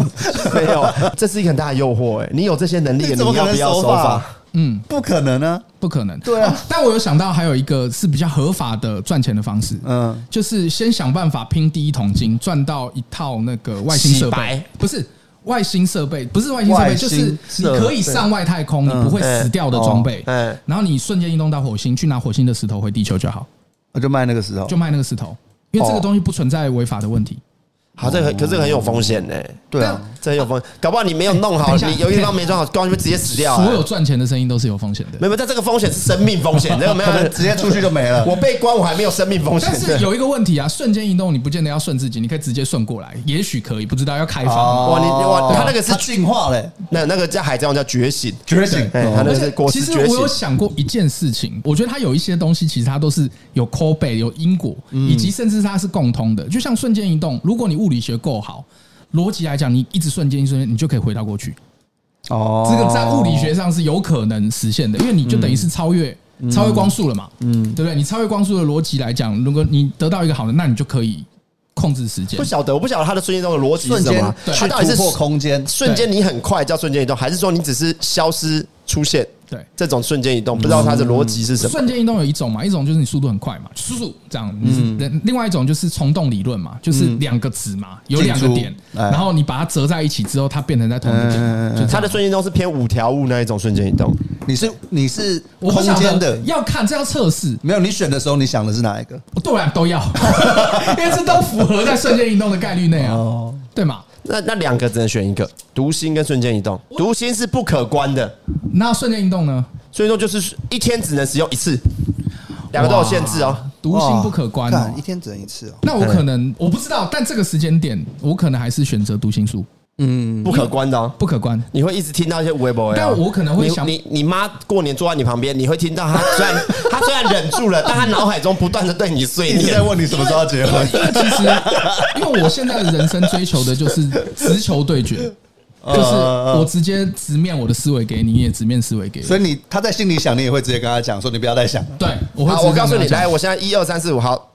A: 没有，这是一个很大的诱惑。哎，你有这些能力，
C: 你
A: 你
C: 怎
A: 要
C: 么可
A: 不
C: 能
A: 要
C: 守
A: 守法？
C: 法？
B: 嗯，
C: 不可能呢。
B: 不可能。
C: 对啊
B: 哦但我有想到还有一个是比较合法的赚钱的方式，
C: 嗯，
B: 就是先想办法拼第一桶金，赚到一套那个外星
A: 洗
B: 设备
A: 白，
B: 不是外星设备，不是外星设备，
C: 外
B: 就
C: 星
B: 是你可以上外太空，你不会
A: 哎
B: 死掉的装备
A: 嗯嗯，
B: 然后你瞬间移动到火星，去拿火星的石头回地球就好，
C: 我啊就卖那个石头
B: 就。卖那个石头，因
A: 哦
B: 为这个东西不存在违法的问题。
A: 好，这个
B: 嗯
A: 可是很有风险呢。
C: 对啊，
A: 这很有风，搞不好你没有弄好，
B: 等一下
A: 你有一方没装好，光就直接死掉。哎
B: 所有赚钱的生意都是有风险的
A: 没，有，但这个风险是生命风 险，这个没有
C: 可。能直接出去就没了。
A: 我被关，我还没有生命风险
B: 但。是有一个问题啊，瞬间移动你不见得要顺自己，你可以直接顺过来，也许可以，不知道要开发。
A: 哇你哇他那个是
C: 哦进化嘞，
A: 那那个在海上叫觉醒，
C: 觉醒。
A: 哎，他那个
B: 而且
A: 是果
B: 哦其
A: 实
B: 实
A: 觉
B: 我有
A: 醒。
B: 想过一件事情，我觉得它有一些东西，其实它都是有 co b a 有因果，
A: 嗯
B: 以及甚至它是共通的。就像瞬间移动，如果你物理学够好，逻辑来讲，你一直瞬间一瞬间，你就可以回到过去。
C: 哦
B: 这个在物理学上是有可能实现的，因为你就等
A: 嗯
B: 于是超越。超越光速了嘛？嗯，对不对？你超越光速的逻辑来讲，如果你得到一个好的，那你就可以控制时间
A: 不。晓得，我不晓得他的瞬间中的逻辑是
C: 瞬
A: 什
C: 间
A: 么。
B: 对
A: 他
C: 去
A: 到底
C: 啊突
A: 是
C: 破空间，
A: 瞬间你很快叫瞬间移动，还是说你只是消失出现？
B: 对，
A: 这种瞬间移动，不知道它的逻辑是什么。
B: 瞬间移动有一种嘛，一种就是你速度很快嘛，速速这样。嗯，另外一种就是虫洞理论嘛，就是两个值嘛，有两个点
C: 进，出哎
B: 然后你把它折在一起之后，它变成在同一个
C: 嗯嗯
B: 点。
C: 嗯
B: 就这样
A: 它的瞬间移动是偏五条悟那一种瞬间移动，
C: 你是你是
B: 我不
C: 空
B: 晓
C: 间
B: 得
C: 的，
B: 要看这要测试，
C: 没有你选的时候你想的是哪一个？
B: 对啊，都要， 因为这都符合在瞬间移动的概率内啊，
C: 哦，
B: 对嘛？
A: 那那两个只能选一个，读心跟瞬间移动。读心是不可观的，
B: 那瞬间移动呢？
A: 所以说就是一天只能使用一次，两个都有限制哦。
B: 独行不可观哦
C: 看一。天只能一次哦。
B: 那我可能我不知道，但这个时间点，我可能还是选择读心术，
A: 不可观的、哦。
B: 不可观。
A: 你会一直听到一些微博、啊，
B: 但我可能会想
A: 你你你妈过年坐在你旁边，你会听到她虽然她虽然忍住了，但她脑海中不断的对你碎
C: 一直
A: 念
C: 在。问你什么时候要结
B: 因为
C: 婚，
B: 因为其实，因为我现在的人生追求的就是直球对决，
A: 呃
B: 就是我直接直面我的思维给你，你也直面思维给我
C: 所。以你他在心里想，你也会直接跟他讲说你不要再想了。
B: 对，我会
A: 好，
B: 直接
A: 我告诉你，
B: 这样
A: 来，
B: 讲
A: 我现在一二三四五，好，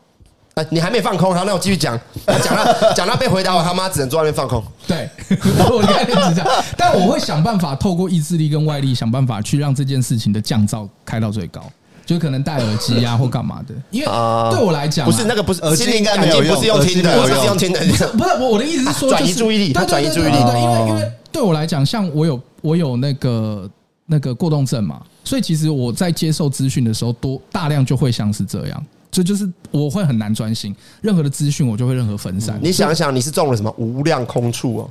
A: 哎，你还没放空，好，那我继续讲， 讲到讲到被回答，我他妈只能坐在那边放空。
B: 对， 我的概念是这样，但我会想办法透过意志力跟外力，想办法去让这件事情的降噪开到最高，就可能戴耳 机啊或干嘛的。因为
A: 啊
B: 对我来讲啊、
A: 不是那个不是
C: 耳机
A: 心灵
C: 应该
A: 感
C: 没有
A: 应，不是用
C: 用
A: 听的，
C: 耳
A: 不
C: 机没有
A: 是用听的。
B: 不是我的意思是说，
A: 啊转移
B: 就是
A: 注意力
B: 对对对
A: 转移注意力
B: 对对对因
C: 哦
B: 为因为对我来讲，像我有我有那个那个过动症嘛，所以其实我在接受资讯的时候，多大量就会像是这样，这就是我会很难专心，任何的资讯我就会任何分 散，
A: 嗯你想一想，你是中了什么无量空处哦？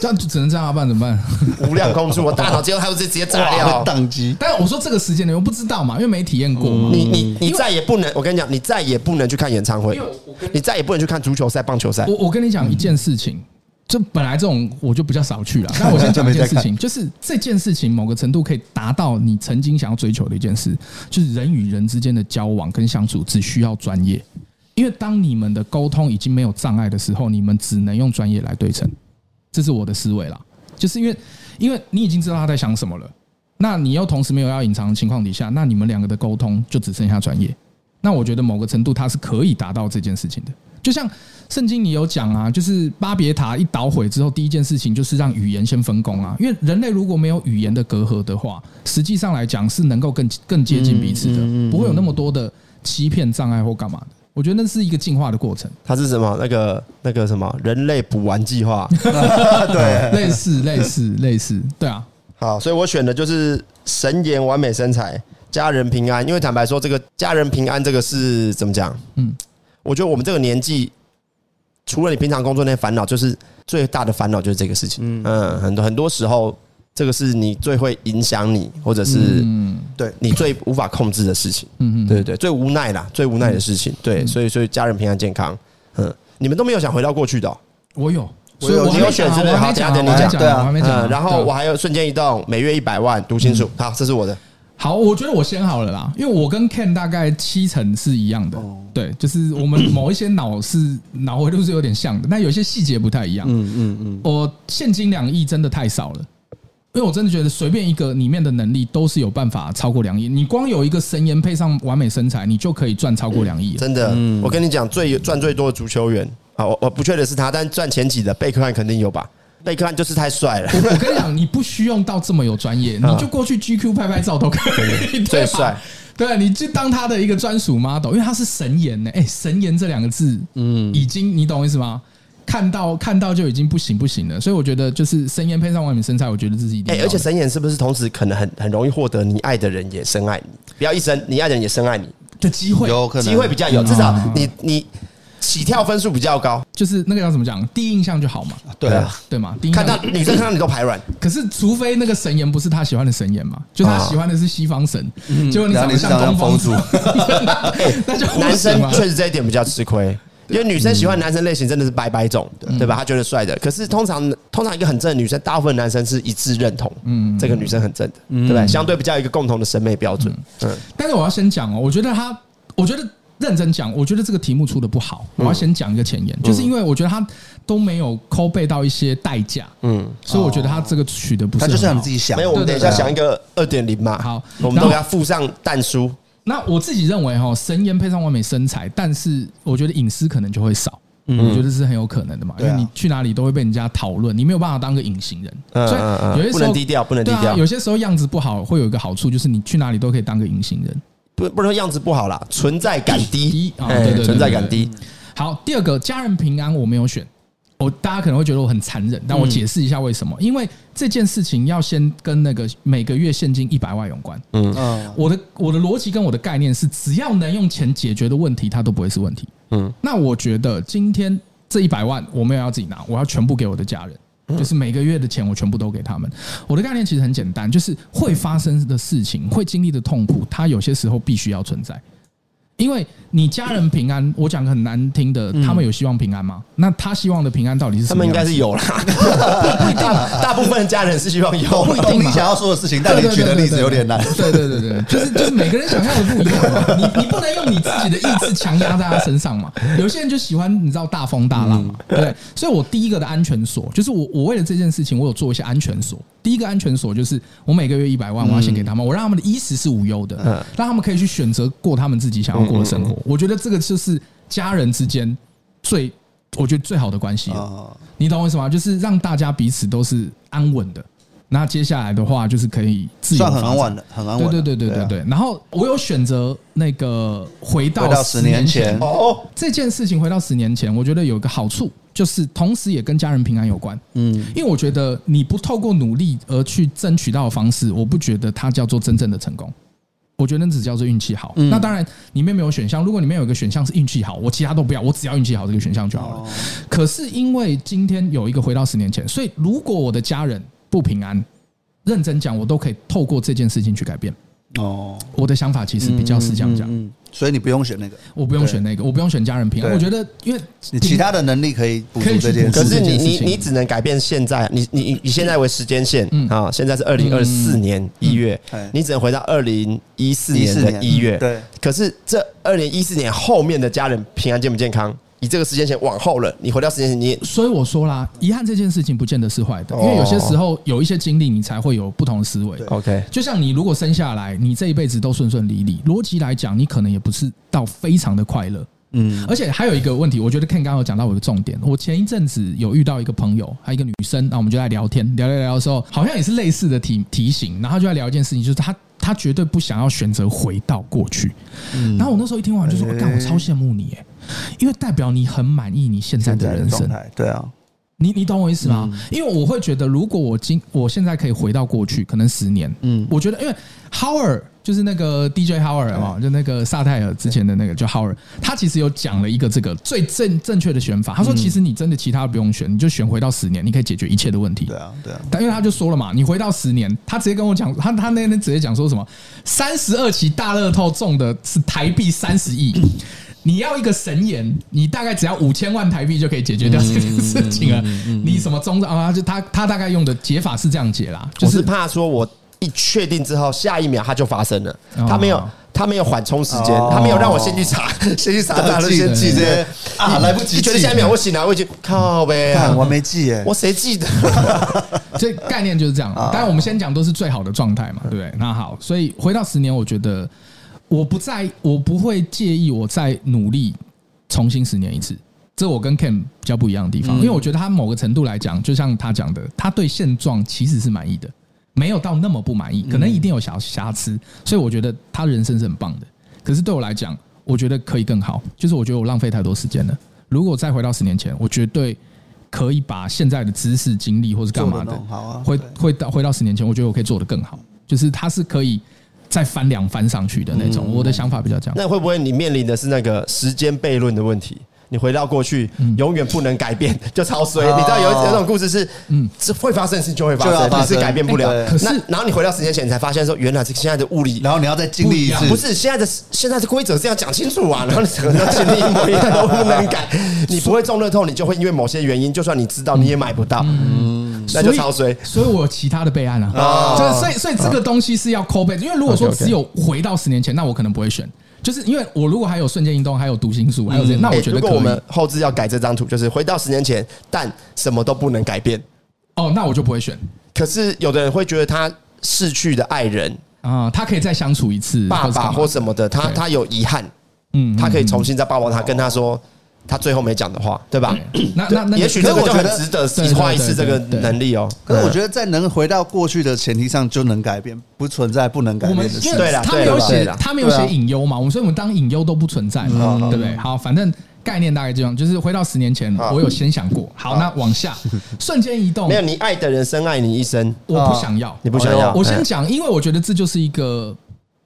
B: 这样就只能这样啊，不然怎么办？
A: 无量空处，我大脑结构还会直接炸
C: 哇，
A: 掉哦
C: 会。宕机。
B: 但我说这个时间点又不知道嘛，因为没体验过嘛。
A: 嗯你你你再也不能，我跟你讲，你再也不能去看演唱会
B: 因为我我跟，
A: 你再也不能去看足球赛、棒球赛。
B: 我我跟你讲一件事情，就本来这种我就比较少去了。但我先讲一件事情，就是这件事情某个程度可以达到你曾经想要追求的一件事，就是人与人之间的交往跟相处只需要专业。因为当你们的沟通已经没有障碍的时候，你们只能用专业来对称，这是我的思维啦。就是因为，因为你已经知道他在想什么了，那你又同时没有要隐藏的情况底下，那你们两个的沟通就只剩下专业。那我觉得某个程度它是可以达到这件事情的。就像圣经里有讲啊，就是巴别塔一捣毁之后，第一件事情就是让语言先分工啊，因为人类如果没有语言的隔阂的话，实际上来讲是能够更更接近彼此
A: 嗯
B: 的，不会有那么多的欺骗障碍或干嘛的。我觉得那是一个进化的过 程，
A: 它是什么？那个那个什么人类补完计划。
C: 对，
B: 类似类似类似，对啊，
A: 好，所以我选的就是神颜完美身材，家人平安。因为坦白说，这个家人平安这个是怎么讲？
B: 嗯，
A: 我觉得我们这个年纪，除了你平常工作那些烦恼，就是最大的烦恼就是这个事情。嗯很多很多时候，这个是你最会影响你，或者是
B: 嗯
A: 你最无法控制的事情。
B: 嗯嗯，嗯
A: 对对对，最无奈啦，最无奈的事情。对，所以所以家人平安健康。嗯，你们都没有想回到过去的哦、
B: 我有，
C: 我
B: 所以
C: 有
B: 我还
A: 你
B: 没
A: 有选
B: 讲啊，
A: 是不是
B: 我还
A: 好
B: 没
A: 等
B: 讲
A: 下
B: 啊，
A: 等你
B: 我还没
A: 讲
B: 讲
C: 对
B: 啊，
C: 啊
B: 我还没讲啊
A: 嗯，。然
B: 对嗯
A: 后
B: 啊
A: 我还有瞬间移动，每月一百万，读清楚。好，这是我的。
B: 好，我觉得我先好了啦，因为我跟 Ken 大概七成是一样的，对，就是我们某一些脑是脑回路是有点像的，但有些细节不太一样。嗯嗯嗯，我现金两亿真的太少了。因为我真的觉得随便一个里面的能力都是有办法超过两亿，你光有一个神颜配上完美身材，你就可以赚超过两亿了。
A: 真的，
C: 嗯
A: 我跟你讲，最赚最多的足球员啊，我我不确定是他，但赚前几的贝克汉肯定有吧？贝克汉就是太帅了，
C: 嗯
B: 我跟你讲，你不需用到这么有专业，你就过去 GQ 拍拍照都可以，对
A: 嗯 最
B: 吧
A: 帅。
B: 对，你就当他的一个专属 model，因为他是神颜呢、哎、神颜这两个字，嗯，已经你懂我意思吗？看到看到就已经不行不行了，所以我觉得就是神颜配上完美身材，我觉得这是一 定
A: 哎、
B: 要的。
A: 而且神眼是不是同时可能很很容易获得你爱的人也深爱你？不要一生，你爱的人也深爱你，
B: 的机会
C: 有可能
A: 机会比较有，
B: 嗯
A: 至少
B: 嗯
A: 你你起跳分数比较高，
B: 就是那个要怎么讲，第一印象就好嘛，
C: 对啊，
B: 对嘛？第一印象
A: 看到女生看到你都排卵，
B: 可是，除非那个神颜不是他喜欢的神颜嘛，就他
A: 啊
B: 喜欢的是西方神，
A: 嗯
B: 结果你长得像东方神
C: 然后，
B: 那就不
A: 男
B: 行
A: 生
B: 嘛
A: 确实这一点比较吃亏。
B: 啊
A: 因为女生喜欢男生类型真的是百百种，对吧？她觉得帅的，可是通常通常一个很正的女生，大部分男生是一致认同，嗯，这个女生很正的，对
B: 嗯
A: 不对？相对比较有一个共同的审美标准，嗯，
B: 但是我要先讲哦，我觉得他，我觉得认真讲，我觉得这个题目出的不好，
A: 嗯
B: 我要先讲一个前言，就是因为我觉得他都没有抠背到一些代价，嗯，所以我觉得他这个取的不是
C: 他
A: 哦
B: 很好。
C: 就是让你自己想
A: 没。有，我们
B: 对
A: 等
B: 对
A: 一下
B: 对啊
A: 想一个二点零嘛，
B: 好
A: 我们
B: 然
A: 都
B: 后
A: 给它附上蛋书，
B: 那我自己认为哈、哦，神颜配上完美身材，但是我觉得隐私可能就会少。
A: 嗯
B: 我觉得是很有可能的嘛，因
C: 对啊
B: 为你去哪里都会被人家讨论，你没有办法当个隐形人，
A: 嗯
B: 所
A: 嗯嗯
B: 以有些时
A: 不
B: 候
A: 能低调不能低
B: 对啊
A: 调
B: 有些时候样子不好，会有一个好处就是你去哪里都可以当个隐形人。
A: 不不能说样子不好啦，存在感低
B: 低，啊
A: 哎
B: 对对对
A: 存在感低，
B: 好，第二个家人平安我没有选，我大家可能会觉得我很残忍，但我解释一下为什么，因为这件事情要先跟那个每个月现金一百万有关。
C: 嗯，
B: 我的我的逻辑跟我的概念是，只要能用钱解决的问题，它都不会是问题。
A: 嗯
B: 嗯，那我觉得今天这一百万我没有要自己拿，我要全部给我的家人。
A: 嗯
B: 就是每个月的钱，我全部都给他们。我的概念其实很简单，就是会发生的事情，会经历的痛苦，它有些时候必须要存在。因为你家人平安，我讲个很难听的，他们有希望平安吗？那他希望的平安到底是
A: 嗯
B: 什
A: 他
B: 么
A: 们
B: 样
A: 应
B: 子？
A: 该是有啦， 大大部分家人是希望有，
C: 我懂你想要说的事情，但你举的例子有点难。
B: 对对对对，就是就是每个人想象的不一样嘛，你你不能用你自己的意志强压在他身上嘛。有些人就喜欢你知道大风大浪嘛，对不对。所以我第一个的安全锁就是我我为了这件事情，我有做一些安全锁。第一个安全锁就是我每个月一百万，我要先给他们，我让他们的衣食是无忧的，让他们可以去选择过他们自己想要过的生活。我觉得这个就是家人之间最我觉得最好的关系了。
C: 啊，
B: 你懂我意思吗？就是让大家彼此都是安稳的。那接下来的话，就是可以自由
C: 算很
B: 发展
C: 安稳的，很安稳的。
B: 对对对对对
C: 啊
B: 对。然后我有选择那个回到
C: 回到
B: 10
C: 10年前
A: 哦，
B: 这件事情，回到十年前，我觉得有一个好处，就是同时也跟家人平安有关。
C: 嗯，
B: 因为我觉得你不透过努力而去争取到的方式，我不觉得它叫做真正的成功。我觉得那只叫做运气
C: 嗯
B: 好。那当然，里面没有选项。如果里面有一个选项是运气好，我其他都不要，我只要运气好这个选项就
C: 哦
B: 好了。可是因为今天有一个回到十年前，所以如果我的家人不平安，认真讲，我都可以透过这件事情去改变。
C: 哦，
B: 我的想法其实比较是这样讲，
C: 嗯，嗯嗯所以你不用选那个，
B: 我不用选那个，我不用选家人平安。
C: 对
B: 我觉得，因为
C: 你其他的能力可以补
B: 可
C: 足
B: 以去
C: 这件
B: 补
A: 可
B: 足
C: 事。
A: 是
B: 这
A: 你
B: 件事
A: 你
B: 情
A: 你只能改变现在，你你你以现在为时间线
B: 嗯
A: 啊，现在是二零二四年一月
C: 嗯嗯，
A: 你只能回到二零一四年
C: 14
A: 的
C: 年
A: 一月。
C: 嗯对，
A: 可是这二零一四年后面的家人平安健不健康？以这个时间线往后了，你回到时间线，你也
B: 所以我说啦，遗憾这件事情不见得是坏的，
A: 哦
B: 因为有些时候有一些经历，你才会有不同的思维。
A: OK
B: 就像你如果生下来，你这一辈子都顺顺利利，逻辑来讲，你可能也不是到非常的快乐。
C: 嗯，
B: 而且还有一个问题，我觉得 Ken 刚刚有讲到我的重点。我前一阵子有遇到一个朋友，还有一个女生，那我们就在聊天，聊聊聊的时候，好像也是类似的题题型，然后就在聊一件事情，就是她她绝对不想要选择回到过去。
C: 嗯
B: 然后我那时候一听完就说：“我干，我超羡慕你耶，因为代表你很满意你现在
C: 现
B: 的
C: 在的
B: 人
C: 状
B: 生。
C: 态，对啊，
B: 你你懂我意思吗？因为我会觉得，如果我今我现在可以回到过去，可能十年，嗯，我觉得因为 Howard 就是那个 DJ Howard 嘛，就那个萨泰尔之前的那个就 Howard，他其实有讲了一个这个最正正确的选法。他说，其实你真的其他不用选，你就选回到十年，你可以解决一切的问题。
C: 对啊，对啊，
B: 但因为他就说了嘛，你回到十年，他直接跟我讲，他他那天直接讲说什么，三十二期大乐透中的是台币三十亿，你要一个神言，你大概只要五千万台币就可以解决掉这
A: 嗯
B: 件事情了。你什么中啊？就他他大概用的解法是这样解啦，就
A: 我是
B: 是
A: 怕说我一确定之后，下一秒它就发生了，
B: 哦
A: 他没有。他没有缓冲时间
C: 哦，
A: 他没有让我先去查，
B: 哦
A: 先去查查，
C: 记
A: 先记
C: 对
A: 这些
C: 对啊来不及
A: 你觉得
C: 记
A: 下一秒我醒来，我已经靠呗，
C: 看我没记耶
A: 我，谁记得？
B: 所以概念就是这样。
A: 啊
B: 当然，我们先讲都是最好的状态嘛，对不对？那好，所以回到十年，我觉得我不在，我不会介意我再努力重新十年一次。这我跟 Ken 比较不一样的地
C: 嗯
B: 方，因为我觉得他某个程度来讲，就像他讲的，他对现状其实是满意的，没有到那么不满意，
C: 嗯
B: 可能一定有瑕瑕疵，所以我觉得他人生是很棒的。可是对我来讲，我觉得可以更好，就是我觉得我浪费太多时间了。如果再回到十年前，我绝对可以把现在的知识、经历或是干嘛的
C: 做得更好啊，
B: 会
C: 对
B: 会到回到十年前，我觉得我可以做得更好，就是它是可以再翻两翻上去的那种。
A: 嗯
B: 我的想法比较这样。
A: 那会不会你面临的是那个时间悖论的问题？你回到过去，
B: 嗯
A: 永远不能改变，就超衰。
C: 哦
A: 你知道有有种故事是，嗯
B: 啊嗯，
A: 是会发生的事情就会发
C: 就要
A: 生，
C: 发
A: 你
C: 生
A: 是改变不了
C: 哎。
B: 可是
A: 那然后你回到十年前，你才发现说，原来是现在的物理啊
C: 然后你要再经历一次，
A: 不是现在的现在的规则是要讲清楚 啊，然后你整个都经历一模一样都不能改，你不会中乐透，你就会因为某些原因，就算你知道你也买不到，
C: 嗯
A: 那就超衰。哦嗯
B: 所以我有其他的备 案啊，就是所以所以这个东西是要 call back，因为如果说
A: OK，OK
B: 只有回到十年前，那我可能不会选，就是因为我如果还有瞬间移动，还有读心术，还有这些，那
A: 哎
B: 我觉
A: 如
B: 得可
A: 果我们
B: 以。
A: 后置要改这张图，就是回到十年前，但什么都不能改变。
B: 哦，那我就不会选
A: 可是有的人会觉得他逝去的爱人、
B: 啊，他可以再相处一次，
A: 爸爸
B: 或
A: 或
B: 者
A: 什么的，他
B: 啊对
A: 他有遗憾，
B: 嗯
A: 他可以重新再抱抱他，跟他说：“他最后没讲的话，对吧？
B: 那那那
A: 也许
B: 你
A: 这个
C: 可
A: 就是
C: 我觉
A: 很
C: 得
A: 值得
B: 对对
A: 花一次这个
B: 对对对
A: 能力哦。
C: 可是我
A: 嗯
C: 觉得在能回到过去的前提上就能改变，不存在不能改
B: 我
C: 变
B: 们
C: 的
B: 因
C: 事。
A: 对
B: 为
A: 啦
B: 他
A: 对
B: 没有
A: 啦对
B: 写
A: 啦，嗯
B: 他没有写隐忧嘛，我们所以我们当隐忧都不存在嘛，对不对？好，反正概念大概这样，就是回到十年前，
A: 好嗯
B: 我有先想过，好，那往 下瞬间移动
A: 没，有你爱的人深爱你一生，
B: 我不想要，
A: 你不想要？
B: 哎我先
A: 嗯
B: 讲，因为我觉得这就是一个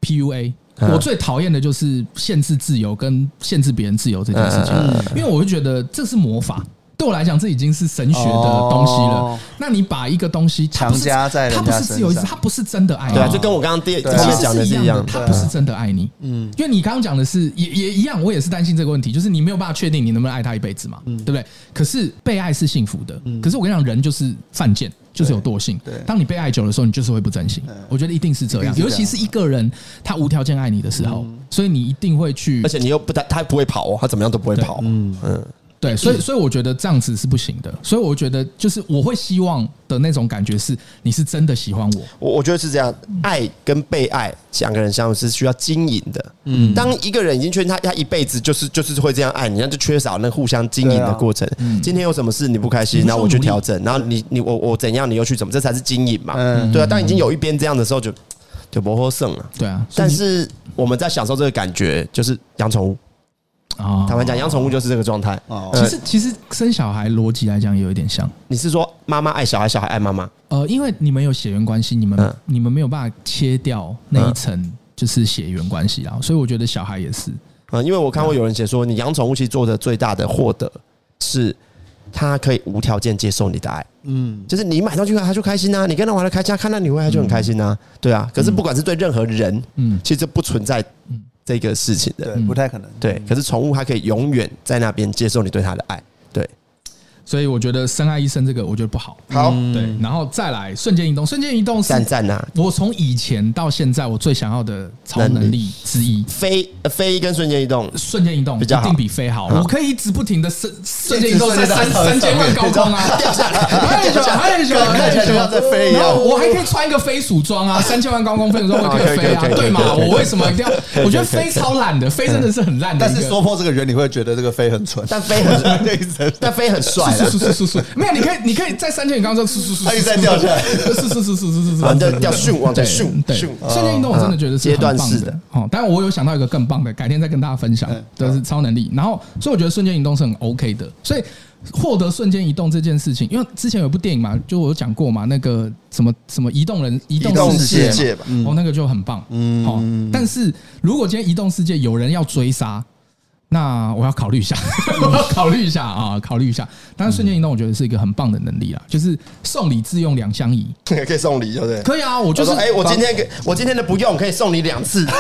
B: PUA。我
A: 嗯
B: 最讨厌的就是限制自由跟限制别人自由这件事情，
A: 嗯
B: 因为我会觉得这是魔法。对我来讲，这已经是神学的东西了
C: 哦。
B: 那你把一个东西它不是
C: 强加在人
B: 它
C: 家
B: 不是自由意志，
C: 身上
B: 它不是真的爱你，
A: 对啊，就跟我刚刚第
C: 对啊
A: 前
B: 其
A: 面
B: 实
A: 讲的
B: 是
A: 一
B: 一样的，
A: 样。
B: 他不是真的爱你。嗯，因为你刚刚讲的是也也一样，我也是担心这个问题，就是你没有办法确定你能不能爱他一辈子嘛，对不对？可是被爱是幸福的，可是我跟你讲，人就是犯贱。就是有惰性
C: 对对，
B: 当你被爱久的时候，你就是会不真心。我觉得一定是这样
C: 一定，是这
B: 尤
C: 样
B: 其是一个人他无条件爱你的时候，所以你一定会去
A: 而且你又不他他不会跑哦，他怎么样都不会跑。嗯嗯，
B: 对，所以所以我觉得这样子是不行的。所以我觉得就是我会希望的那种感觉是，你是真的喜欢我，
A: 我我觉得是这样，爱跟被爱两个人相处是需要经营的。嗯，当一个人已经确定他他一辈子就是就是会这样爱你，那就缺少那互相经营
C: 对
A: 的
C: 啊
A: 过程。今天有什么事你不开
B: 你
A: 心，
B: 不是
A: 然后我去
B: 努力
A: 调整，然后你你我我怎样，你又去怎么，这才是经营嘛。
C: 嗯
A: 对啊，当已经有一边这样的时候就，就不获胜了。
B: 对啊。
A: 但是我们在享受这个感觉，就是养宠物。
B: 啊
A: 坦白讲，养宠物就是这个状态。
C: 哦
A: 呃
B: 其实其实生小孩逻辑来讲也有一点像，
A: 你是说妈妈爱小孩，小孩爱妈妈？
B: 呃，因为你们有血缘关系，你们、
A: 嗯
B: 你们没有办法切掉那一层就是血缘关系啊，所以我觉得小孩也是，
A: 啊，因为我看过有人写说，你养宠物其实做的最大的获得是，它可以无条件接受你的爱，
C: 嗯，
A: 就是你买上去它就开心啊，你跟它玩的开心啊，看到你会它就很开心啊， 对啊。可是不管是对任何人，
B: 嗯，
A: 其实这不存在这个事情的，
C: 对，不太可能。
A: 对。可是宠物它可以永远在那边接受你对它的爱，对。
B: 所以我觉得深爱一生这个我觉得不好，
A: 好，
B: 对，然后再来瞬间移动，瞬间移动是
A: 赞赞啊，
B: 我从以前到现在我最想要的超能
A: 能
B: 力之一。
A: 飞呃飞跟瞬间移动，
B: 瞬间移动
A: 比较好
B: 一定比飞好，
A: 嗯
B: 我可以一直不停的瞬瞬间移动在
C: 一直
B: 三三
C: 瞬间到
B: 千万高空啊，掉 下来，还有久，还有久，还有久，
C: 在飞
B: 然后我还可以穿一个飞鼠装啊，三千万高空飞鼠装我也可以飞啊
A: 可以可以可，以
B: 对嘛？
A: 可以可以
B: 我为什么一定要？我觉得飞超烂的，飞真的是很烂的
C: 但
B: 一个。
C: 是说破这个原理，会觉得这个飞很蠢。
A: 但飞很
C: 这一直
A: 但飞很帅啊，
B: 速速速速速，没有，你可以，你可以在三千米高中速速速，
C: 它一直在掉下来
B: 速速速速速
A: 啊
B: 速，
A: 对掉迅往前迅
B: 对，
A: 迅
B: 瞬间运动我真的觉得是
A: 阶段
B: 很棒
A: 式
B: 的
A: 的
B: 哦。当然，我有想到一个更棒的，改天再跟大家分享，
A: 嗯
B: 这是超能力。然后，所以我觉得瞬间移动是很 OK 的，所以。获得瞬间移动这件事情，因为之前有部电影嘛，就我有讲过嘛，那个什么什么移动人移动
A: 移动
B: 世界嘛
A: 世界吧
B: 哦，那个就很棒，嗯，哦，但是如果今天移动世界有人要追杀，那我要考虑一下，
A: 嗯
B: 我要考虑一下啊，考虑一下。但是瞬间移动，我觉得是一个很棒的能力啦，就是送礼自用两相宜。
A: 可以送礼，对不对？
B: 可以啊，我就是
A: 说哎、我今天给我今天的不用，可以送你两 次。
B: 没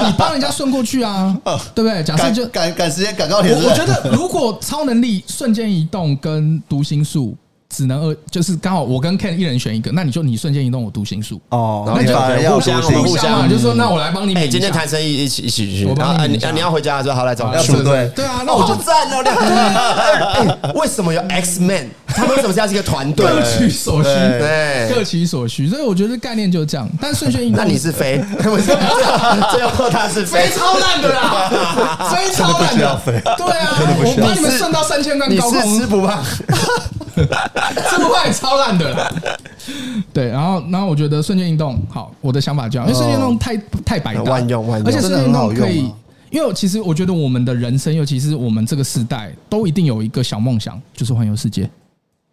B: 有你帮人家顺过 去啊，
A: 哦
B: 对不对？假设
C: 赶
B: 就
C: 赶赶时间赶高铁，
B: 我我觉得，如果超能力瞬间移动跟读心术只能二，就是刚好我跟 Ken 一人选一个，那你就你瞬间移动，我读心术。
C: 哦，
A: 那
C: 你
A: 就
C: 反而要
A: 互相
C: 独行
A: 互相
B: 啊嘛，就说那我来帮你
A: 哎、
B: 抿一下。
A: 今天谈生意一起一起去，
B: 我
A: 然
B: 帮
A: 后啊
B: 你抿
A: 你
B: 一下
A: 啊你要回家的时候，好来找我
B: 啊
A: 数
B: 对
C: 对
B: 对啊，那
A: 那
B: 我
A: 我
B: 就
A: 就赞了 两个。哎为什么有 X Man？他们为什么像是一个团队？
B: 各取所需，
A: 对
B: 各取所需。所以我觉得概念就是这样。但瞬间移动，
A: 那你是飞， 不是最后他是
B: 飞
A: 飞。
B: 超烂 的啦，飞超烂的，对啊，我把你们送到三千万
A: 你
B: 高
A: 是
B: 空
A: 吃，不 胖，
B: 这不怕也超烂的啦。对，然后然后我觉得瞬间运动好，我的想法就这样，因为瞬间运动太太百搭，
A: 哦万用万用
B: 而且瞬间运动可
C: 真的很好
B: 以
C: 用啊。
B: 因为其实我觉得我们的人生，尤其是我们这个时代，都一定有一个小梦想，就是环游世界。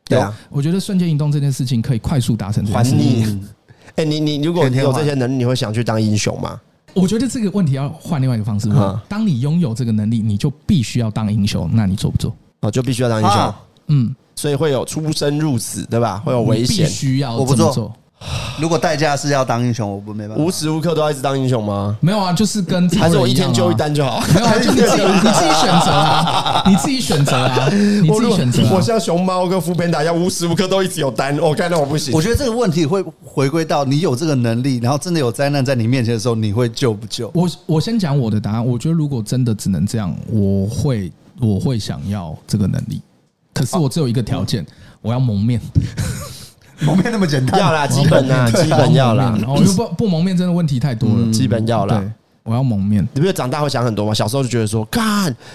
A: 对啊，
B: 我觉得瞬间移动这件事情可以快速达成这
A: 还
B: 件事情。
A: 你。哎，你你如果
C: 天天
A: 有
C: 换
A: 这些能力，你会想去当英雄吗？
B: 我觉得这个问题要换另外一个方式问
A: 嗯：
B: 当你拥有这个能力，你就必须要当英雄，那你做不做？
A: 哦，就必须要当英雄
C: 啊，
B: 嗯，
A: 所以会有出生入死，对吧？会有危
B: 你
A: 险
B: 必，须要
C: 我不
B: 这么
C: 做
B: 做。
C: 如果代价是要当英雄，我不没办法
A: 无。时无刻都要一直当英雄吗？
B: 没有啊，就是跟超
A: 还是我
B: 人
A: 一天
B: 样啊
A: 救一单就好？
B: 没有啊，就你自己你自己选择啊，你自己选 择啊，你自己选择、
A: 我
B: 啊。
A: 像熊猫跟副边打一样，无时无刻都一直有单，我看到我不行
C: 我。觉得这个问题会回归到你有这个能力，然后真的有灾难在你面前的时候，你会救不 救？
B: 我我先讲我的答案，我觉得如果真的只能这样，我会我会想要这个能力，可是我只有一个条
A: 哦
B: 件，我要蒙面，
C: 蒙面那么简单？
A: 啊
B: 啊
A: 要啦，基本啦，基本要啦
B: 哦
A: 嗯
B: 然，后又不不蒙面真的问题太多了，
A: 基本要啦
B: 对。我要蒙面。
A: 你不觉得长大会想很多吗？小时候就觉得说，干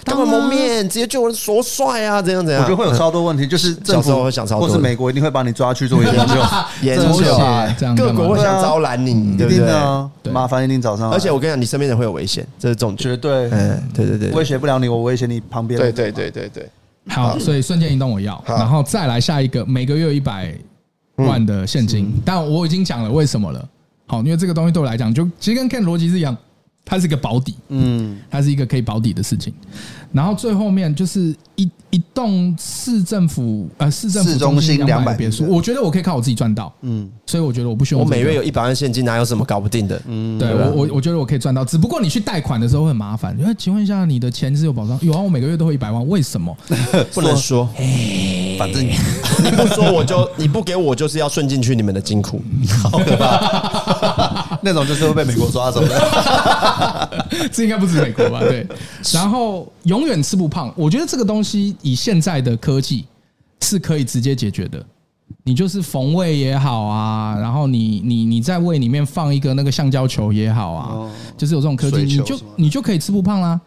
A: 干嘛蒙面，直接救人多帅啊，怎样怎
C: 我
A: 样。
C: 觉得会有超多问题，就是政
A: 小时候
C: 府
A: 会想超多
C: 或是美国一定会把你抓去做 研 究，
A: 研
C: 真
A: 究
C: 的啊
B: 这样
A: 各
B: 干嘛
A: 国会想招揽你，对不
C: 一定
A: 对
C: 的？啊，
B: 对
C: 麻烦一定找上来，
A: 而且我跟你讲，你身边人会有危险，这是重点。
C: 绝对
A: 嗯，对对对，
C: 威胁不了你，我威胁你旁边的
A: 对
C: 人
A: 对对对对，
B: 好，所以瞬间移动我要，
A: 好
B: 然后再来下一个，每个月一百万的现金。但我已经讲了为什么了。好，因为这个东西对我来讲，就其实跟 Ken 逻辑是一样，它是一个保底，
C: 嗯，
B: 它是一个可以保底的事情。然后最后面就是一一栋市政府呃市政府
C: 市中心
B: 心
C: 200
B: 别墅，
C: 平的
B: 我觉得我可以靠我自己赚到，
C: 嗯
B: 嗯，所以我觉得我不需要
A: 我
B: 用这
A: 每
B: 个
A: 月有一百万现金，哪有什么搞不定的？
C: 嗯
B: 对
A: 对啊
B: 我我我觉得我可以赚到，只不过你去贷款的时候会很麻烦。哎，请问一下，你的钱是有保障？有啊，我每个月都会一百万，为什么？
A: 不能说，
C: 反正你
A: 你不说我就你不给我，就是要顺进去你们的金库。
C: 好可怕，那种 就是啊会被美国抓走的。
B: 这应该不止美国吧？对。然后永远吃不胖，我觉得这个东西以现在的科技是可以直接解决的。你就是缝胃也好啊，然后你你你在胃里面放一个那个橡胶球也好啊，
C: 哦
B: 就是有这种科技，
C: 水球
B: 你就
C: 什么的
B: 你就可以吃不胖啦。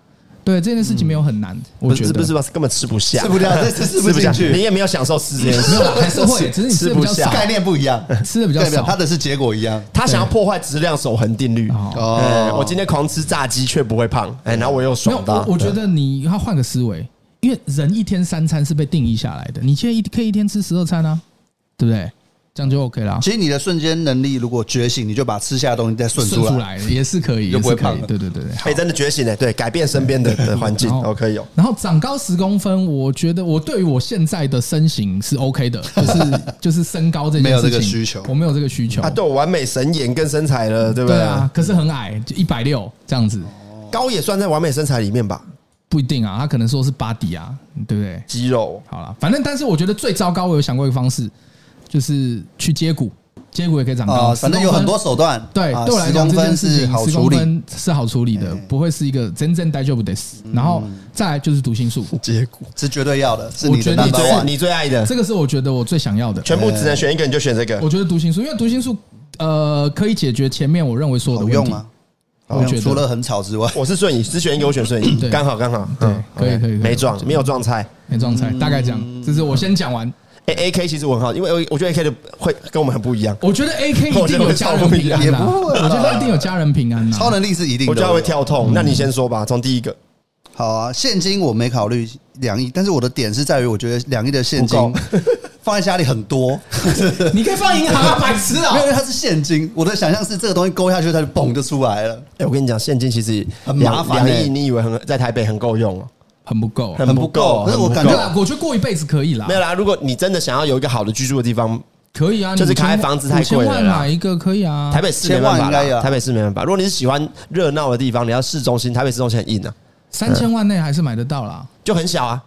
B: 对，这件事情没有很难，我
A: 不
B: 觉
A: 是
B: 得
A: 不是吧？根本吃不下，
C: 吃不掉这次吃不
A: 下
C: 进去
A: 你也没有享受吃这件
B: 没
A: 事
B: 有。啦，还是会，只是你吃的比较
A: 吃不
B: 少
A: 下，
C: 概念不一样，
B: 吃的比较
C: 代表
B: 少。
C: 它的是结果一样。哎
A: 他想要破坏质量守恒定律。
B: 哦
A: 哦、我今天狂吃炸鸡却不会胖，哎、然后我又
B: 没有，
A: 爽到
B: 我。我觉得你要换个思维，因为人一天三餐是被定义下来的，你现在一可以一天吃十二餐啊，对不对？这样就 OK 啦。
C: 其实你的瞬间能力如果觉醒，你就把吃下的东西再顺出来。
B: 来也是可以，也
C: 就不
B: 是
C: 会
B: 可
C: 胖
B: 以。
C: 了
B: 对对对对。
A: 哎、真的觉醒了，对，改变身边的的环境
B: 然
C: 哦
B: 后
A: ，OK 有。
B: 然后长高十公分，我觉得我对于我现在的身形是 OK 的， 就是就是身高这件事情
C: 没有这个需求
B: 我没有这个需求
A: 啊，。对我完美神颜跟身材了，对不
B: 对
A: 对？
B: 啊，可是很矮，就一百六这样子，
A: 高也算在完美身材里面吧，
B: 不一定啊。他可能说是巴迪啊，对不对？
A: 肌肉。
B: 好了，反正但是我觉得最糟糕，我有想过一个方式，就是去接骨，接骨也可以长高，
C: 啊，反正有很多手段。
B: 对，
C: 啊
B: 对我来
C: 十
B: 讲
C: 公
B: 这件
C: 分
B: 事情
C: 是好
B: 10
C: 处理
B: 公。
C: 哎
B: 分是好处理的，不会是一个真正大丈夫的死。
C: 嗯
B: 然后再来就是读心术，
A: 结果
C: 是绝对要的，是你的
B: 我觉得
C: n
A: 你
C: u
A: 最
C: m
A: 你最爱的，
B: 这个是我觉得我最想要的。
A: 全部只能选一个，你就选这个
B: 我。觉得读心术，因为读心术呃可以解决前面我认为所有的
C: 好
B: 问
C: 用
B: 题。
C: 啊，
B: 我觉得嗯
C: 除了很吵之外，
A: 我是顺义，只选一个，我选顺义，
B: 对
A: 刚好刚好。
B: 对
A: 嗯
B: 可以
A: OK，
B: 可以可以
A: 没
B: 我觉
A: 撞，
B: 得
A: 没有撞菜。
B: 没状态，大概哎这样。这是我先讲完。
A: 哎，A K 其实我很好，因为我我觉得 A K 的会跟我们很不一样，
B: 我觉得 A K 一定有家人平
C: 也
B: 安呐、啊
C: 不会啦
B: 我觉得一定有家人平安呐、啊
C: 超能力是一定的。
A: 我觉得他会跳痛。那你先说吧，从第一个
C: 好啊，现金我没考虑两亿，但是我的点是在于，我觉得两亿的现金
A: 不
C: 放在家里 很多，
B: 你可以放银行啊，白痴啊
C: 没！有，因为它是现金。我的想象是这个东西勾下去，它就嘣就出来
B: 啊
C: 了，
A: 哎、我跟你讲，现金其实
C: 很麻
A: 两
C: 烦欸
A: 两亿，你以为很在台北很够用哦、
B: 很不够、啊
A: 很不够
C: 可是
A: 很
C: 我
A: 不
C: 感
B: 没
C: 觉
B: 有啦，我觉得过一辈子可以啦
A: 没，有啦，如果你真的想要有一个好的居住的地方，
B: 可以啊，
A: 就是
B: 你五千
A: 开房子太贵了啦
B: 五千万买一个可以啊。
A: 台北市没办
C: 千万
A: 法
C: 应该
A: 啦，
C: 啊
A: 台北市没办法。如果你是喜欢热闹的地方，你要市中心，台北市中心很硬啊，
B: 三千万内还是买得到啦。
A: 就很小啊，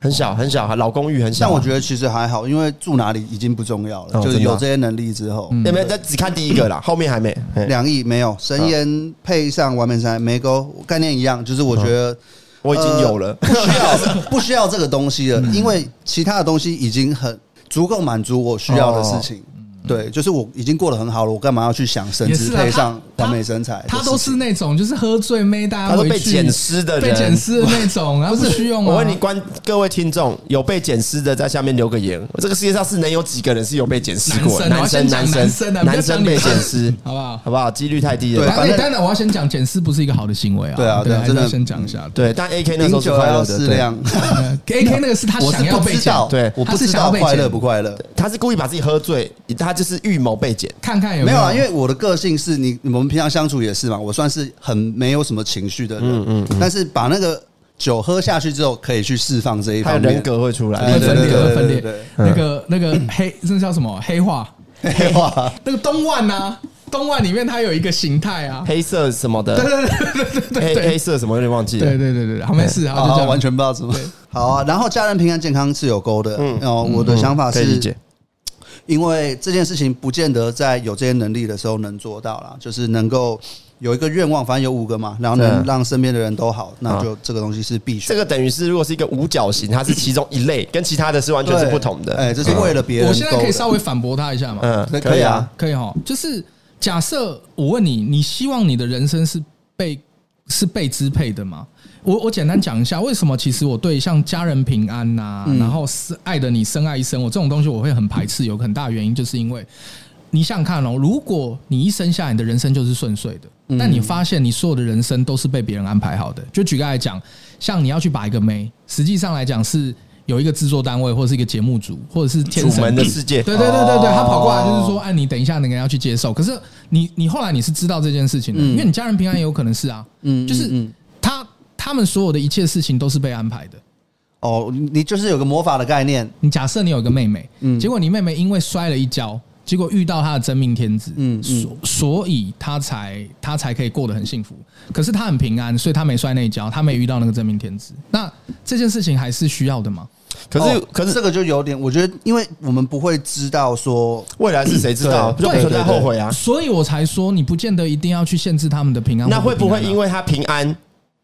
A: 很小很小，老公寓很小啊、
C: 但我觉得其实还好，因为住哪里已经不重要
A: 哦
C: 了，就是
A: 真的啊
C: 有这些能力之后，
B: 嗯
A: 有没有？但只看第一个啦，后面还没。嘿
C: 两亿没有神烟配上完美山没勾概念一样，就是我觉得
A: 我已经有了，
C: 不需要 不需要这个东西了，
B: 嗯
C: 因为其他的东西已经很足够满足我需要的事情。对，就是我已经过得很好了，我干嘛要去想甚
B: 哦嗯也
C: 至
B: 是啊
C: 配上
B: 他
C: 完美身材的事情？
B: 他都是那种就是喝醉妹，大
A: 他
B: 家
A: 是
B: 回去
A: 被捡尸的人
B: 被捡尸的 那种，然后不需用啊。
A: 我问你，关各位听众，有被捡尸的在下面留个言。这个世界上是能有几个人是有被捡尸过的？
B: 男生
A: 男
B: 男生
A: 生，
B: 男生啊不要
A: 男
B: 讲
A: 生
B: 女
A: 被
B: 生
A: 捡尸，
B: 好不好？
A: 好不好？几率太低了
C: 对
A: 吧。
B: 当
C: 反
B: 然，
C: 正
B: 当然，我要先讲捡尸不是一个好的行为啊。
C: 对啊对啊
B: 还是
C: 真
B: 要
C: 的
B: 先讲一下。
A: 对，但 A K 那时
C: 零
A: 候是
C: 九
A: 快
C: 幺
A: 乐的，
C: 适
A: 对，
C: 量，
B: ，A K 那啊个是他
C: 我是
B: 想要
C: 不
B: 被
C: 知
B: 捡，
C: 道，
A: 对
C: 我不
B: 他是
C: 知
B: 想要
C: 道
B: 被
C: 快
B: 捡
C: 乐不快乐。
A: 他是故意把自己喝醉，他就是预谋被捡。
B: 看看有
C: 没有
B: 啊，
C: 啊，因为我的个性是你，我们平常相处也是嘛，我算是很没有什么情绪的人，
A: 嗯
C: 但是把那个酒喝下去之后，可以去释放这一
A: 还
C: 方
A: 有
C: 面，
A: 人 格会出
C: 对
B: 会
A: 来，
C: 对
B: 分裂，
C: 对
B: 会
C: 对
B: 分
C: 对对
B: 裂
C: 对。
B: 那个那个黑，那叫什么黑化？
C: 黑化，
B: 那个东万呐，东万里面它有一个形态啊。
A: 黑色什么的，黑黑色什么有点忘记了
B: 对。对对对对，好没事，然后就这
C: 啊，
B: 样
C: 完。全不知道怎么。好啊，然后家人平安健康是有勾的，嗯，哦，我的想法
A: 可以理
C: 是
A: 解，
C: 因为这件事情不见得在有这些能力的时候能做到啦，就是能够有一个愿望，反正有五个嘛，然后能
A: 对啊
C: 让身边的人都好，那就这个东西是必须
A: 这。个等于是如果是一个五角形，它是其中一类，跟其他的是完全是不同的。
C: 哎，这是为了别人
B: 我
C: 勾的。
B: 现在可以稍微反驳他一下嘛？
A: 嗯，
C: 可以啊，
B: 可以哈，就是假设我问你，你希望你的人生是被是被支配的嘛。我我简单讲一下，为什么其实我对像家人平安呐、
A: 嗯
B: 然后是爱的你深爱一生，我这种东西我会很排斥，有个很大原因就是因为你想想看哦，如果你一生下来你的人生就是顺遂
A: 嗯
B: 的，但你发现你所有的人生都是被别人安排好的。就举个来讲，像你要去把一个妹，实际上来讲是。有一个制作单位，或者是一个节目组，或者是天
A: 楚
B: 神
A: 门的世界，哦
B: 对对对对对，他跑过来就是说，
C: 哦
B: 哎，你等一下，那个人要去接受。可是你你后来你是知道这件事情的，
C: 嗯
B: 因为你家人平安也有可能是啊，
C: 嗯
B: 就是
C: 嗯嗯
B: 他他们所有的一切事情都是被安排的。
C: 哦，你就是有个魔法的概念，
B: 你假设你有一个妹妹，
C: 嗯
B: 结果你妹妹因为摔了一跤，结果遇到她的真命天子，
C: 嗯嗯
B: 所所以她才她才可以过得很幸福。可是她很平安，所以她没摔那一跤，她没遇到那个真命天子。那这件事情还是需要的吗？
A: 可是
C: 哦
A: 可是
C: 这个就有点，我觉得，因为我们不会知道说，
A: 未来是谁知道？
C: 对
A: 就不存在
C: 对对
A: 后悔啊。
B: 所以我才说，你不见得一定要去限制他们的平安
A: 那
B: 或
A: 会不会
B: 平安啊
A: 因为他平安，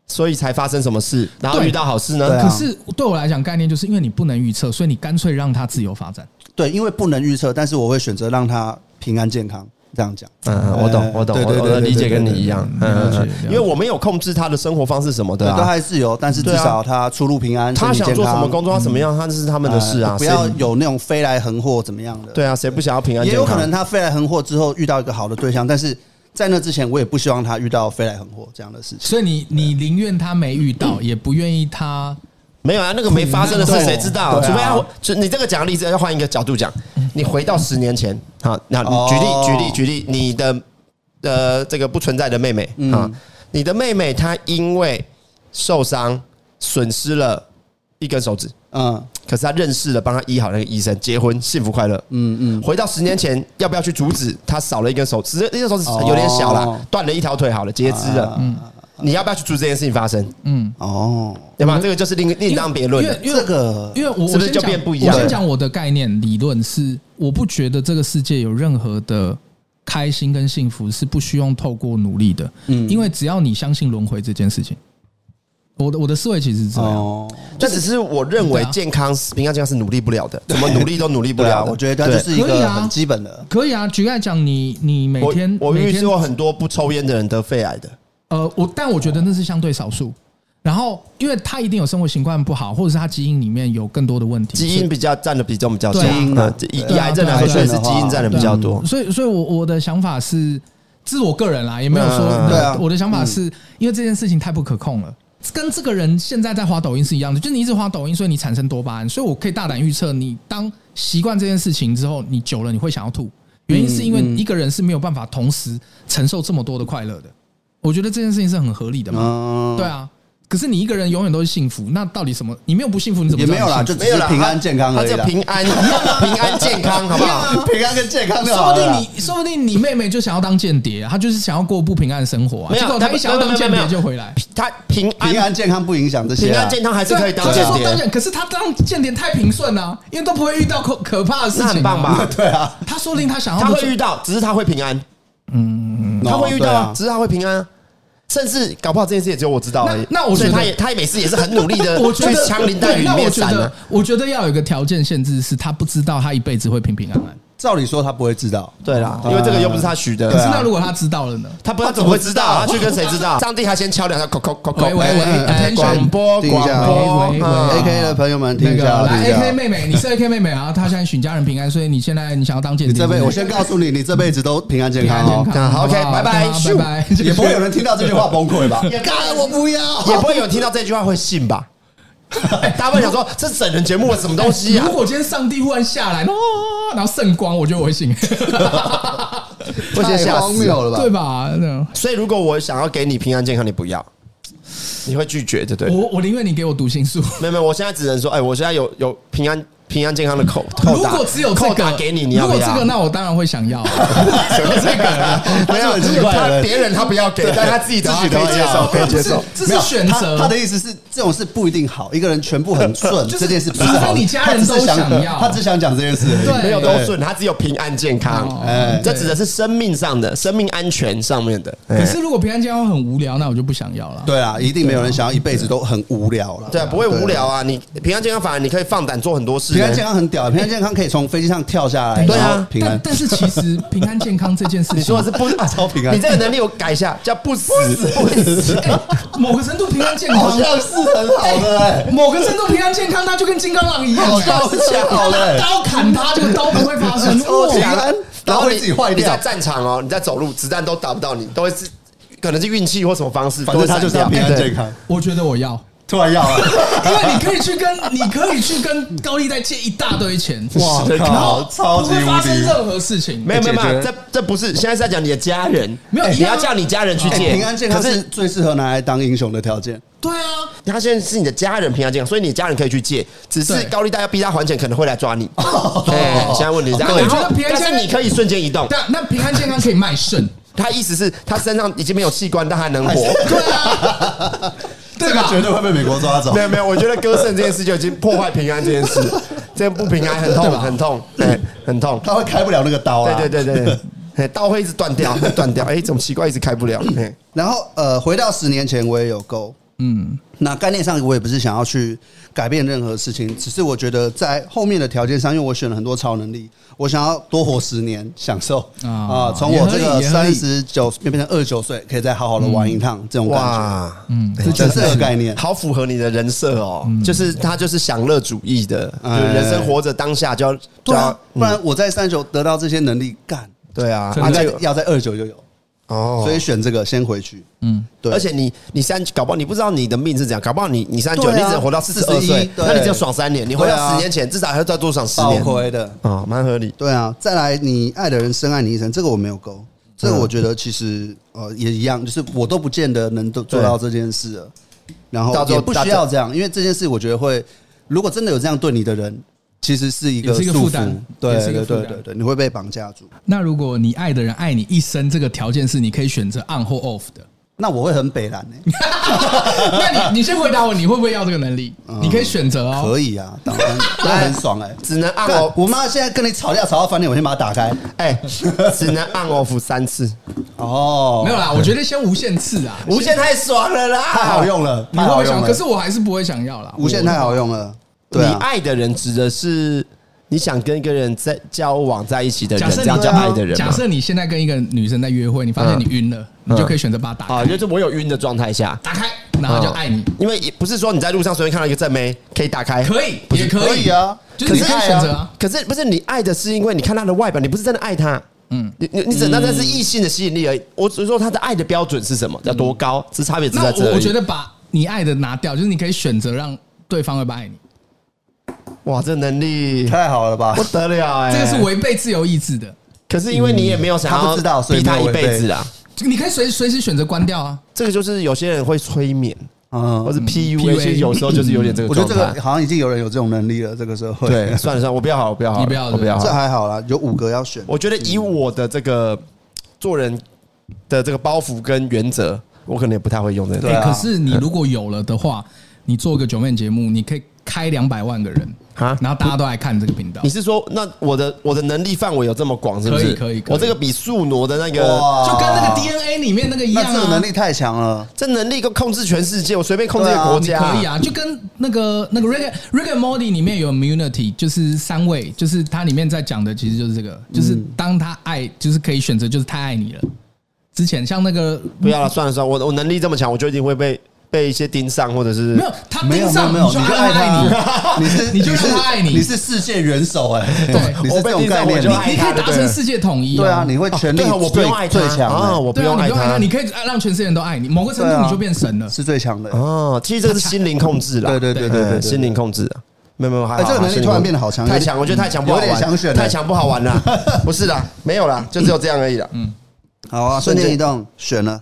A: 所以才发生什么事，然后
B: 对
A: 遇到好事
C: 对
A: 呢？
B: 呃
C: 啊
B: 可是对我来讲，概念就是因为你不能预测，所以你干脆让它自由发展。
C: 对，因为不能预测，但是我会选择让他平安健康，这样讲。
A: 嗯，我懂，
C: 哎
A: 我懂，
C: 对对
A: 我
C: 对
A: 我的
C: 对
A: 理解
C: 对
A: 跟你
C: 对
A: 一样，
B: 对
A: 嗯
B: 了解
A: 嗯
B: 了解
A: 因为我没有控制他的生活方式什么的
C: 都
A: 啊，嗯
C: 还是有，但是
A: 对
C: 至
A: 啊
C: 少他出入平安，
A: 他
C: 身体
A: 想
C: 健
A: 做什么
C: 康
A: 工作，他怎么样，他这是他们的事啊，
C: 呃不要
A: 谁
C: 有那种飞来横祸怎么样的。
A: 对啊，谁不想要平安
C: 也
A: 健
C: 有
A: 康？
C: 可能他飞来横祸之后遇到一个好的对象，但是在那之前，我也不希望他遇到飞来横祸这样的事情。
B: 所以你你宁愿他没遇到，也不愿意他
A: 没有啊，那个没发生的事
C: 对
A: 谁知道？
C: 对啊
A: 除非他回，就你这个讲的例子要换一个角度讲，你回到十年前，好，那
C: 哦
A: 举例举例举例，你的呃这个不存在的妹妹啊
C: 嗯，
A: 你的妹妹她因为受伤损失了一根手指，
C: 嗯
A: 可是她认识了帮她医好那个医生，结婚幸福快乐。
C: 嗯嗯，
A: 回到十年前，要不要去阻止她少了一根手指？那根手指有点小啦
C: 哦，
A: 断了一条腿，好了，截肢了。
C: 嗯
A: 你要不要去阻止这件事情发生？
B: 嗯，
C: 哦，
A: 对吧？这个就是另另当别论
B: 因
A: 了
B: 为。因为
C: 这个
B: 因为我
A: 是不是
B: 我先
A: 就
B: 讲
A: 变不一样了
B: 我先讲我的概念理论是，我不觉得这个世界有任何的开心跟幸福是不需要透过努力的，
C: 嗯
B: 因为只要你相信轮回这件事情，我的我的思维其实是这样。
C: 哦，
A: 这只是我认为
B: 啊
A: 健康是平安健康是努力不了的，怎么努力都努力不
C: 对啊，
A: 了的。
C: 我觉得它
A: 对
C: 就是一
B: 可以
C: 个
B: 啊
C: 很基本的。
B: 可以啊，举个来讲，你你每
A: 我
B: 天
A: 我
B: 每
A: 遇
B: 天
A: 见过很多不抽烟的人得肺癌的，
B: 呃，我但我觉得那是相对少数。然后，因为他一定有生活习惯不好，或者是他基因里面有更多的问题，
A: 基因比较占的比重比较重。
B: 对啊
A: 嗯
C: 对啊
A: 这以
B: 对啊
A: 以癌症来说，
B: 对啊
A: 确实是基因占的比较多。
B: 啊所以，所以，所以我我的想法是，这是我个人啦，也没有说
A: 嗯嗯嗯嗯
B: 那
C: 对啊
B: 我的想法是、因为这件事情太不可控了。跟这个人现在在滑抖音是一样的，就是你一直滑抖音，所以你产生多巴胺，所以我可以大胆预测，你当习惯这件事情之后，你久了你会想要吐，原因是因为
C: 嗯嗯
B: 一个人是没有办法同时承受这么多的快乐的。我觉得这件事情是很合理的嘛，
A: 哦
C: 嗯，
B: 对，啊。可是你一个人永远都是幸福，那到底什么？你没有不幸福，你怎么
C: 也
B: 知道
C: 没有啦，
B: 你幸
C: 就
B: 福
C: 只是
A: 啦
C: 平
A: 他
C: 安健康
A: 他
C: 而已
A: 这
C: 啦。
A: 平安 平安健康，好不好？
C: 平安跟健康就
B: 说
C: 好
B: 不
C: 了
B: 定
C: 啦。
B: 你，说不定你妹妹就想要当间谍、她就是想要过不平安的生活啊。
A: 没有
B: 结果她
A: 她不
B: 一想要当间谍就回来，
A: 他平安
C: 平安健康不影响这些啊。
A: 平安健康还是可以当间
B: 对啊她就说当
A: 谍，
B: 然，可是她当间谍太平顺了、啊因为都不会遇到可可怕的事情、
A: 那
B: 啊。
A: 很棒吧？？
C: 对啊，哦
B: 她说不定她想要
A: 他
B: 不
A: 会遇到，只是他会平安，他会遇
C: 对
A: 到啊
C: 啊，
A: 只是他会平安啊。甚至搞不好这件事也只有我知道而已。
B: 那那我
A: 所以
B: 觉得
A: 他也他也每次也是很努力的
B: 我觉
A: 去
B: 得
A: 枪林弹雨
B: 对
A: 里
B: 那我
A: 面
B: 觉
A: 闪啊的
B: 得。，我觉得要有一个条件限制，是她不知道她一辈子会平平安安。
C: 照理说他不会知道。
A: 对啦，
C: 嗯
A: 因为这个又不是他许的，
B: 可
C: 对
B: 是
C: 啊
B: 那如果她知道了呢？
A: 他不他怎么会知道啊？他去跟谁知 道？上帝还先敲两下，叩叩叩叩。
B: 喂喂喂
A: 哎哎
B: attention，
A: 广播
C: 定一
A: 广
C: 下
A: 播
B: 喂喂，
A: 嗯
B: 喂
C: A K 的朋友们听
B: 那
C: 一
B: 个
C: 下，
B: 来
C: 听一
B: A
C: 下
B: K。妹妹，你是 A K 妹妹，然后她现在许家人平安，所以你现在你想要当间谍
C: 你，这
B: 对
C: 辈
B: 不对
C: 我先告诉你，你这辈子都平安健
B: 平安
C: 康
B: 健
C: 哦，
B: 康。
A: 好，OK，
B: 不
A: 拜拜
B: 对啊
A: 咻
B: 拜拜，
C: 也不会有人听到这句话崩溃吧？
A: 也
C: 干我不要
A: 也不会有人听到这句话会信 吧？大家会想说这整人节目什么东西啊
B: 如？果今天上帝忽然下来，哦然后圣光，我觉得我会信，
A: 不行，
C: 太
A: 吓
C: 荒
A: 死
C: 谬了吧？
B: 对吧？那种
A: 所以如果我想要给你平安健康，你不要，你会拒绝，对不对？
B: 我我宁愿你给我读心术。
A: 没有没有，我现在只能说，哎，我现在有有平安平安健康的扣
B: 如
A: 扣打，
B: 果只有这
A: 扣打
B: 个
A: 给你，你要
B: 如
A: 不
B: 果
A: 要？
B: 这个，那我当然会想要。啊 只有这个，
A: 没有，
C: 很奇怪的
A: 他
C: 人
A: 别人他不要给，但他自己的话
C: 自己的
A: 可以接受，
C: 话
A: 可以接受
B: 不。是这
C: 没
B: 是
C: 有
B: 选择。
C: 他他的意思是，这种事不一定好，一个人全部很顺，
B: 就是
C: 这件事不是好
B: 除
C: 的。
B: 非你家人都
C: 他只是
B: 想要
C: 他只想讲这件事而已。
B: 对
A: 没有都顺，他只有平安健康
B: 哦。
C: 嗯
A: 哎，这
B: 对
A: 指的是生命上的、生命安全上面的。
C: 哎
B: 可是如果平安健康很无聊，那我就不想要了。
C: 对啊，一定没有人想要一辈子都很无聊了。
A: 对啊，不会无聊啊！你平安健康反而你可以放胆做很多事
C: 平安健
A: 呢。
C: 康很屌，平安健康可以从飞机上跳下来，
A: 对啊
C: 然后平安
B: 哎但但是其实平安健康这件事 情，
A: 你说的是不 啊
C: 超平安
A: 你这个能力我改一下，叫不死不死，
B: 某个程度平安 健
C: 好
B: 康，
C: 像是很好的欸，
B: 某个程度平安健康，它就跟金刚狼一 样，
C: 好像是好了
B: 拿刀砍它，这个刀不会发声。
C: 超
B: 哇
C: 强安然后会自己坏
A: 你
C: 掉
A: 在战场哦，你在走路，子弹都打不到你，都会是可能是运气或什么方式，
C: 反正他就是要
A: 都会
C: 平
A: 闪
C: 安
A: 掉哎
C: 健。康。
B: 我觉得我要，
C: 突然要啊了，
B: 因为你可以去跟你可以去跟高利贷借一大堆钱，哇，
C: 靠
B: 然后
C: 超级
B: 不会发生
C: 无敌
B: 任何事情，
A: 没有没有没
C: 解
A: 有，
C: 决
A: 这这不是现在是在讲你的家人，
B: 没有
A: 哎
B: 一
A: 你
B: 样啊
A: 要叫你家人去
C: 哎
A: 借
C: 平安健康
A: 可
C: 是
A: 是
C: 最适合拿来当英雄的条件。
B: 对啊，
A: 他现在是你的家人平安健康，所以你的家人可以去借，只是
B: 对
A: 高利贷要逼他还钱，可能会来抓你。哎，现在问题是这样，
B: 哦对
A: 然后
B: 我觉得平安
A: 但
B: 健康
A: 是你可以瞬间移动。
B: 但那平安健康可以 卖肾，
A: 他意思是，他身上已经没有器官，但还能活。
B: 对啊，对
C: 这个
B: 吧？
C: 绝对会被美国抓走
A: 没。有没有，我觉得割肾这件事就已经破坏平安这件事，这不平安很
B: 对
A: 痛
B: 吧
A: 很痛，哎，很 痛。
C: 他会开不了那个刀啊！
A: 对对对对，哎刀会一直断掉， 断掉。哎，怎么奇怪，一直开不了？哎，
C: 然后呃，回到十年前，我也有勾。
B: 嗯，
C: 那概念上，我也不是想要去改变任何事情，只是我觉得在后面的条件上，因为我选了很多超能力，我想要多活十年，享受
B: 啊
C: 啊，从我这个
B: 也合
C: 三
B: 理
C: 十九变成二十九岁，可以再好好的玩一趟，这种感觉，
A: 哇，
B: 嗯，
A: 哎
B: 这
A: 真
C: 这是
A: 是
C: 这个概念。
A: 好符合你的人设哦，就是他就是享乐主义的，就
C: 哎
A: 是人生活着当下就要就
C: 对
A: 要
C: 啊，，不然我在三十九得到这些能力，干，
A: 对啊，
B: 真
A: 啊
B: 的
C: 应该
A: 那个
C: 要在二十九就有，
A: 哦
C: 所以选这个先回去。
B: 嗯，
C: 对，
A: 而且你你三搞不好你不知道你的命是怎样，搞不好你你三九，
C: 对啊
A: 你只能活到四十二
C: 41
A: 岁，
C: 对
A: 那你就爽三年，你回
C: 对
A: 到
C: 啊
A: 十年前，至少还要再多爽十
C: 爆
A: 年，
C: 亏的。
A: 哦，蛮合理。
C: 对啊，再来，你爱的人深爱你一生，这个我没有勾，
B: 嗯
C: 这个我觉得其实呃也一样，就是我都不见得能都做到这件事了，然后
A: 到最
C: 也
A: 后
C: 不需要这样，因为这件事我觉得会，如果真的有这样对你的人，其实是一个
B: 也是一个
C: 束
B: 负
C: 缚
B: 担，
C: 对
B: 也是
C: 对
B: 一个
C: 对
B: 负担
C: 对对对，你会被绑架住。
B: 那如果你爱的人爱你一生，这个条件是你可以选择 on 或 off 的。
C: 那我会很北蓝欸诶、
B: 那你你先回答我，你会不会要这个能力？
A: 嗯
B: 你可以选择哦。
C: 可以啊，当然那很爽哎、
A: 只能按
C: 干
A: off，
C: 我妈现在跟你吵架吵到翻脸，我先把它打开。
A: 哎，只能按 off 三次，
C: 哦，
B: 没有，啦，我觉得先无限次啊，
A: 无限太爽了啦，
C: 太好。用了，
B: 你
C: 太
B: 会不
C: 好
B: 会
C: 用
B: 想？
C: 了。
B: 可是我还是不会想要啦。
C: 无限
B: 我
C: 太好用了，
A: 你
C: 对啊，
A: 爱的人指的是你想跟一个人在交往在一起的人，
B: 假设
A: 这
B: 你啊
A: 样叫爱的人啊
B: 假
A: 吗？
B: 设你现在跟一个女生在约会，你发现你晕了，你就可以选择把它打
A: 啊，
B: 开，
A: 就是我有晕的状态下，
B: 打开，然后就爱你，
A: 因为也不是说你在路上随便看到一个正妹可以打开，
B: 可以
A: 不是
B: 也可
C: 可以啊
B: 就是你可
A: 可
B: 以
A: 是
B: 选择啊。
A: 可是不是你爱的是因为你看他的外表，你不是真的爱他。嗯，你你你只那那是异性的吸引力而已。我只是说他的爱的标准是什么，要多高，只是差别只
B: 那
A: 在这而已。
B: 我我觉得把你爱的拿掉，就是你可以选择让对方会不爱你，
A: 哇，这能力
C: 太好了吧
A: 不？得了哎、
B: 这个是违背自由意志的。
A: 可是因为你也没有想
C: 他
A: 要
C: 不知道所以
A: 逼他
C: 没有
A: 一
C: 违背
A: 辈子啊。
B: 你可以随随时选择关掉啊。
A: 这个就是有些人会催眠，
C: 嗯
A: 或是 PUA，
B: PUA
A: 其实有时候就是有点这个
C: 我觉
A: 状
C: 得这
A: 态
C: 个。好像已经有人有这种能力了，这个社会。
A: 对，算了算了，我不要好了，我不要好了，
B: 你不要
A: 我不要好
C: 这
A: 了。
C: 还好啦，有五个要选。
A: 我觉得以我的这个做人的这个包袱跟原则，我可能也不太会用这个
C: 对。啊
B: 欸可是你如果有了的话，你做个九面节目，你可以开两百万个人
A: 啊
B: 然后大家都来看这个频道
A: 你，是说，那我的我的能力范围有这么广，是不是？
B: 可以可以可以
A: 我这个比素挪的那个，
C: 哇
B: 就跟那个 DNA 里面那个一样
C: 哦那这
B: 啊，
C: 个能力太强了，
A: 这能力够控制全世界，我随便控制一
C: 对
A: 个
C: 啊
A: 国
B: 你
A: 家，
B: 可以。啊，就跟那个那个 Rick Rick and Morty 里面有 immunity，就是三位，就是它里面在讲的其实就是这个，就是当他爱，就是可以选择，就是太爱你了。之前像那个
A: 不要了，算了算了，我我能力这么强，我就一定会被被一些盯上，或者是
B: 没有他
C: 没有
B: 盯
C: 没有
B: 上
C: 没有，
B: 你就
C: 你就
B: 爱
C: 爱他，啊你是
B: 你就让
C: 是
B: 他爱你
C: 你是世界元首哎，
B: 对
C: 你是这种概
A: 我被
C: 念
A: 盯上我就爱
B: 你
A: 他
B: 你可以达
A: 对
B: 成世界统一啊、
C: 对啊，你会
A: 哦
C: 权力
A: 对啊，我不
C: 最
A: 用爱他
C: 最强
A: 啊，
C: 哎
A: 我不
B: 对啊，
A: 用
B: 你
A: 爱
B: 不用爱
A: 他
B: 他，你可以让全世界人都爱你，某个程
C: 对
B: 度
C: 啊
B: 你就变神了。
C: 是最强的。
A: 哦，其实这个是心灵控制啦，
C: 对对对对对
A: 哎
C: 对，
A: 心灵控制啊，没有没有，还好
C: 哎这个能力
A: 心灵控制
C: 突然变得好强
A: 太强，我觉得太强不好玩，
C: 有点想选了
A: 太强不好玩啦，不是啦，没有啦，就只有这样而已啦，嗯，
C: 好啊，瞬间移动选了。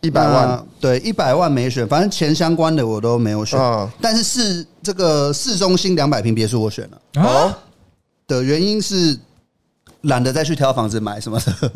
A: 一百万
C: 那，对，一百万没选，反正钱相关的我都没有选
A: 嗯。
C: 但是市这个市中心两百平别墅我选了，
A: 哦
C: 的原因是懒得再去挑房子买什么的，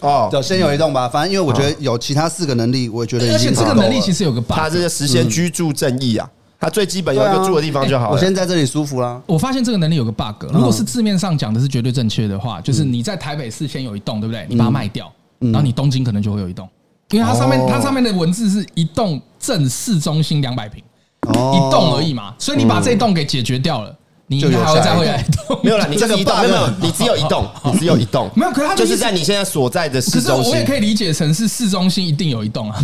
A: 哦，啊
C: 就先有一栋吧。反正因为我觉得有其他四个能力，我觉得
B: 而
C: 已
B: 且
C: 经
B: 这个
C: 很够了
B: 能力其实有个 bug，
A: 他这个实现居住正义啊，他最基本有一
C: 对
A: 个
C: 啊
A: 住的地方就好欸
C: 我
A: 了。
C: 先在这里舒服啦。
B: 我发现这个能力有个 bug。如果是字面上讲的是绝对正确的话，就是你在台北市先有一栋，对不对？你把它卖掉，然后你东京可能就会有一栋，因为它上面
C: 哦
B: 它上面的文字是一栋正市中心两百平，
C: 哦
B: 一栋而已嘛，所以你把这一栋给解决掉了。你应该还会再回来动。
A: 没有啦，你就是一栋，没有没有，你只有一栋，你只有一栋，
B: 没有可是他的
A: 就
B: 意思
A: 是在你现在所在的
B: 可
A: 市
B: 是
A: 中
B: 我也
A: 心。
B: 可以理解成是市中心一定有一栋啊，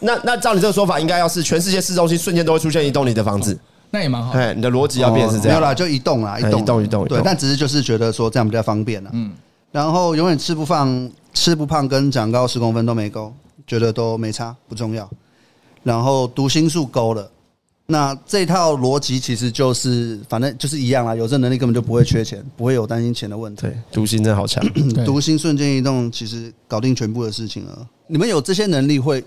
A: 那那照你这个说法，应该要是全世界市中心瞬间都会出现一栋你的房子，
B: 那也蛮好。
A: 哎，你的逻辑要变是这
C: 哦没有
A: 样。
C: 啦，就一栋啦，一
A: 哎
C: 栋
A: 一栋一栋一
C: 对
A: 栋，
C: 但只是就是觉得说这样比较方便啦。嗯，然后永远吃不胖，吃不胖跟长高十公分都没勾，觉得都没差，不重要。然后读心术勾了，那这套逻辑其实就是反正就是一样啦，有这能力根本就不会缺钱，不会有担心钱的问题。
A: 对，独心真的好强。
B: 对
C: 读心瞬间移动其实搞定全部的事情了。你们有这些能力会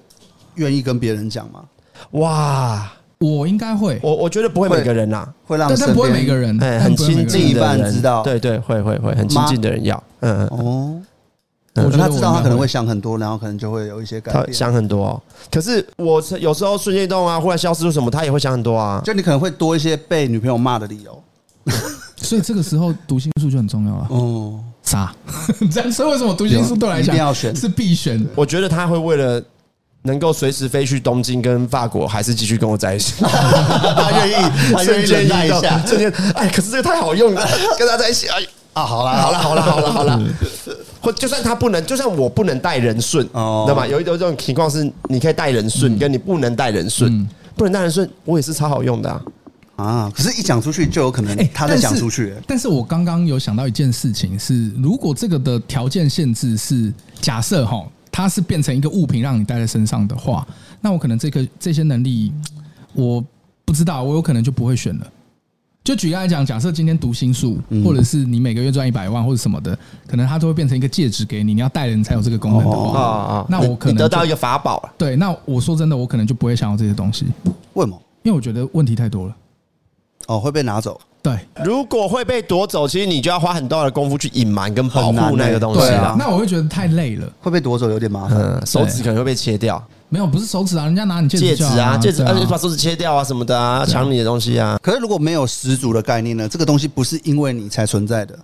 C: 愿意跟别人讲吗？
A: 哇，
B: 我应该会，
A: 我我觉得不会每个人啦，
C: 会让
B: 但但不会
C: 身边
B: 每个人，
A: 哎，
B: 但
A: 很
B: 不会每
A: 亲
B: 个人
A: 近的
C: 另一
A: 人
C: 半知道
A: 对对，会会会，很亲近的人要，嗯，嗯
C: 哦，
B: 我觉
C: 他
B: 得
C: 知道他可能
B: 我应该
C: 会想很多，然后可能就会有一些改
A: 他
C: 变。
A: 想很多哦。可是我是有时候瞬间移动啊，忽然消失或什么，他也会想很多啊。
C: 就你可能会多一些被女朋友骂的理由。
B: 所以这个时候读心术就很重要啊了。
C: 哦，
B: 啥？ 这样，所以为什么读心术对我来
C: 一
B: 讲
C: 定要选
B: 是必选的？
A: 我觉得他会为了能够随时飞去东京跟法国，还是继续跟我在一 起。
C: 他愿意，他愿意忍耐一下
A: 瞬间，哎，可是这个太好用了，跟他在一起，哎，
C: 啊！好啦，
A: 好了，好了，好了，好了。
C: 嗯
A: 或就算他不能，就算我不能带人顺，
C: 哦嗯
A: 那么有一有一种情况是，你可以带人顺，跟你不能带人顺
B: 嗯，
A: 不能带人顺，我也是超好用的啊。
C: 啊！可是，一讲出去就有可能
B: 哎
C: 他在讲出去、
B: 但是但是我刚刚有想到一件事情是，如果这个的条件限制是假设哈，它是变成一个物品让你带在身上的话，那我可能这个这些能力我不知道，我有可能就不会选了。就举例来讲，假设今天读心术，
C: 嗯
B: 或者是你每个月赚一百万或者什么的，可能它都会变成一个戒指给你，你要戴了你才有这个功能的
C: 哦嗯
A: 啊
B: 话，
A: 啊，
B: 那我可
A: 你
B: 能
A: 得
B: 就
A: 到一个法宝了。啊
B: 对，那我说真的，我可能就不会想要这些东西，
C: 为什么？
B: 因为我觉得问题太多了。
C: 哦，会被拿走。
B: 对，
A: 如果会被夺走，其实你就要花很多的功夫去隐瞒跟保
C: 很难
A: 护
C: 欸
A: 那个东西
C: 对
A: 了。
C: 啊
B: 那我会觉得太累了。
C: 会被夺走有点麻烦、
A: 嗯，手指可能会被切掉，
B: 没有，不是手指啊，人家拿你戒
A: 戒
B: 指
A: 指
B: 就好
A: 啊，
B: 啊，
A: 戒指，
B: 对
A: 而
B: 啊
A: 且把手指切掉啊什么的啊，抢你的东西啊。
C: 可是如果没有十足的概念呢？这个东西不是因为你才存在的，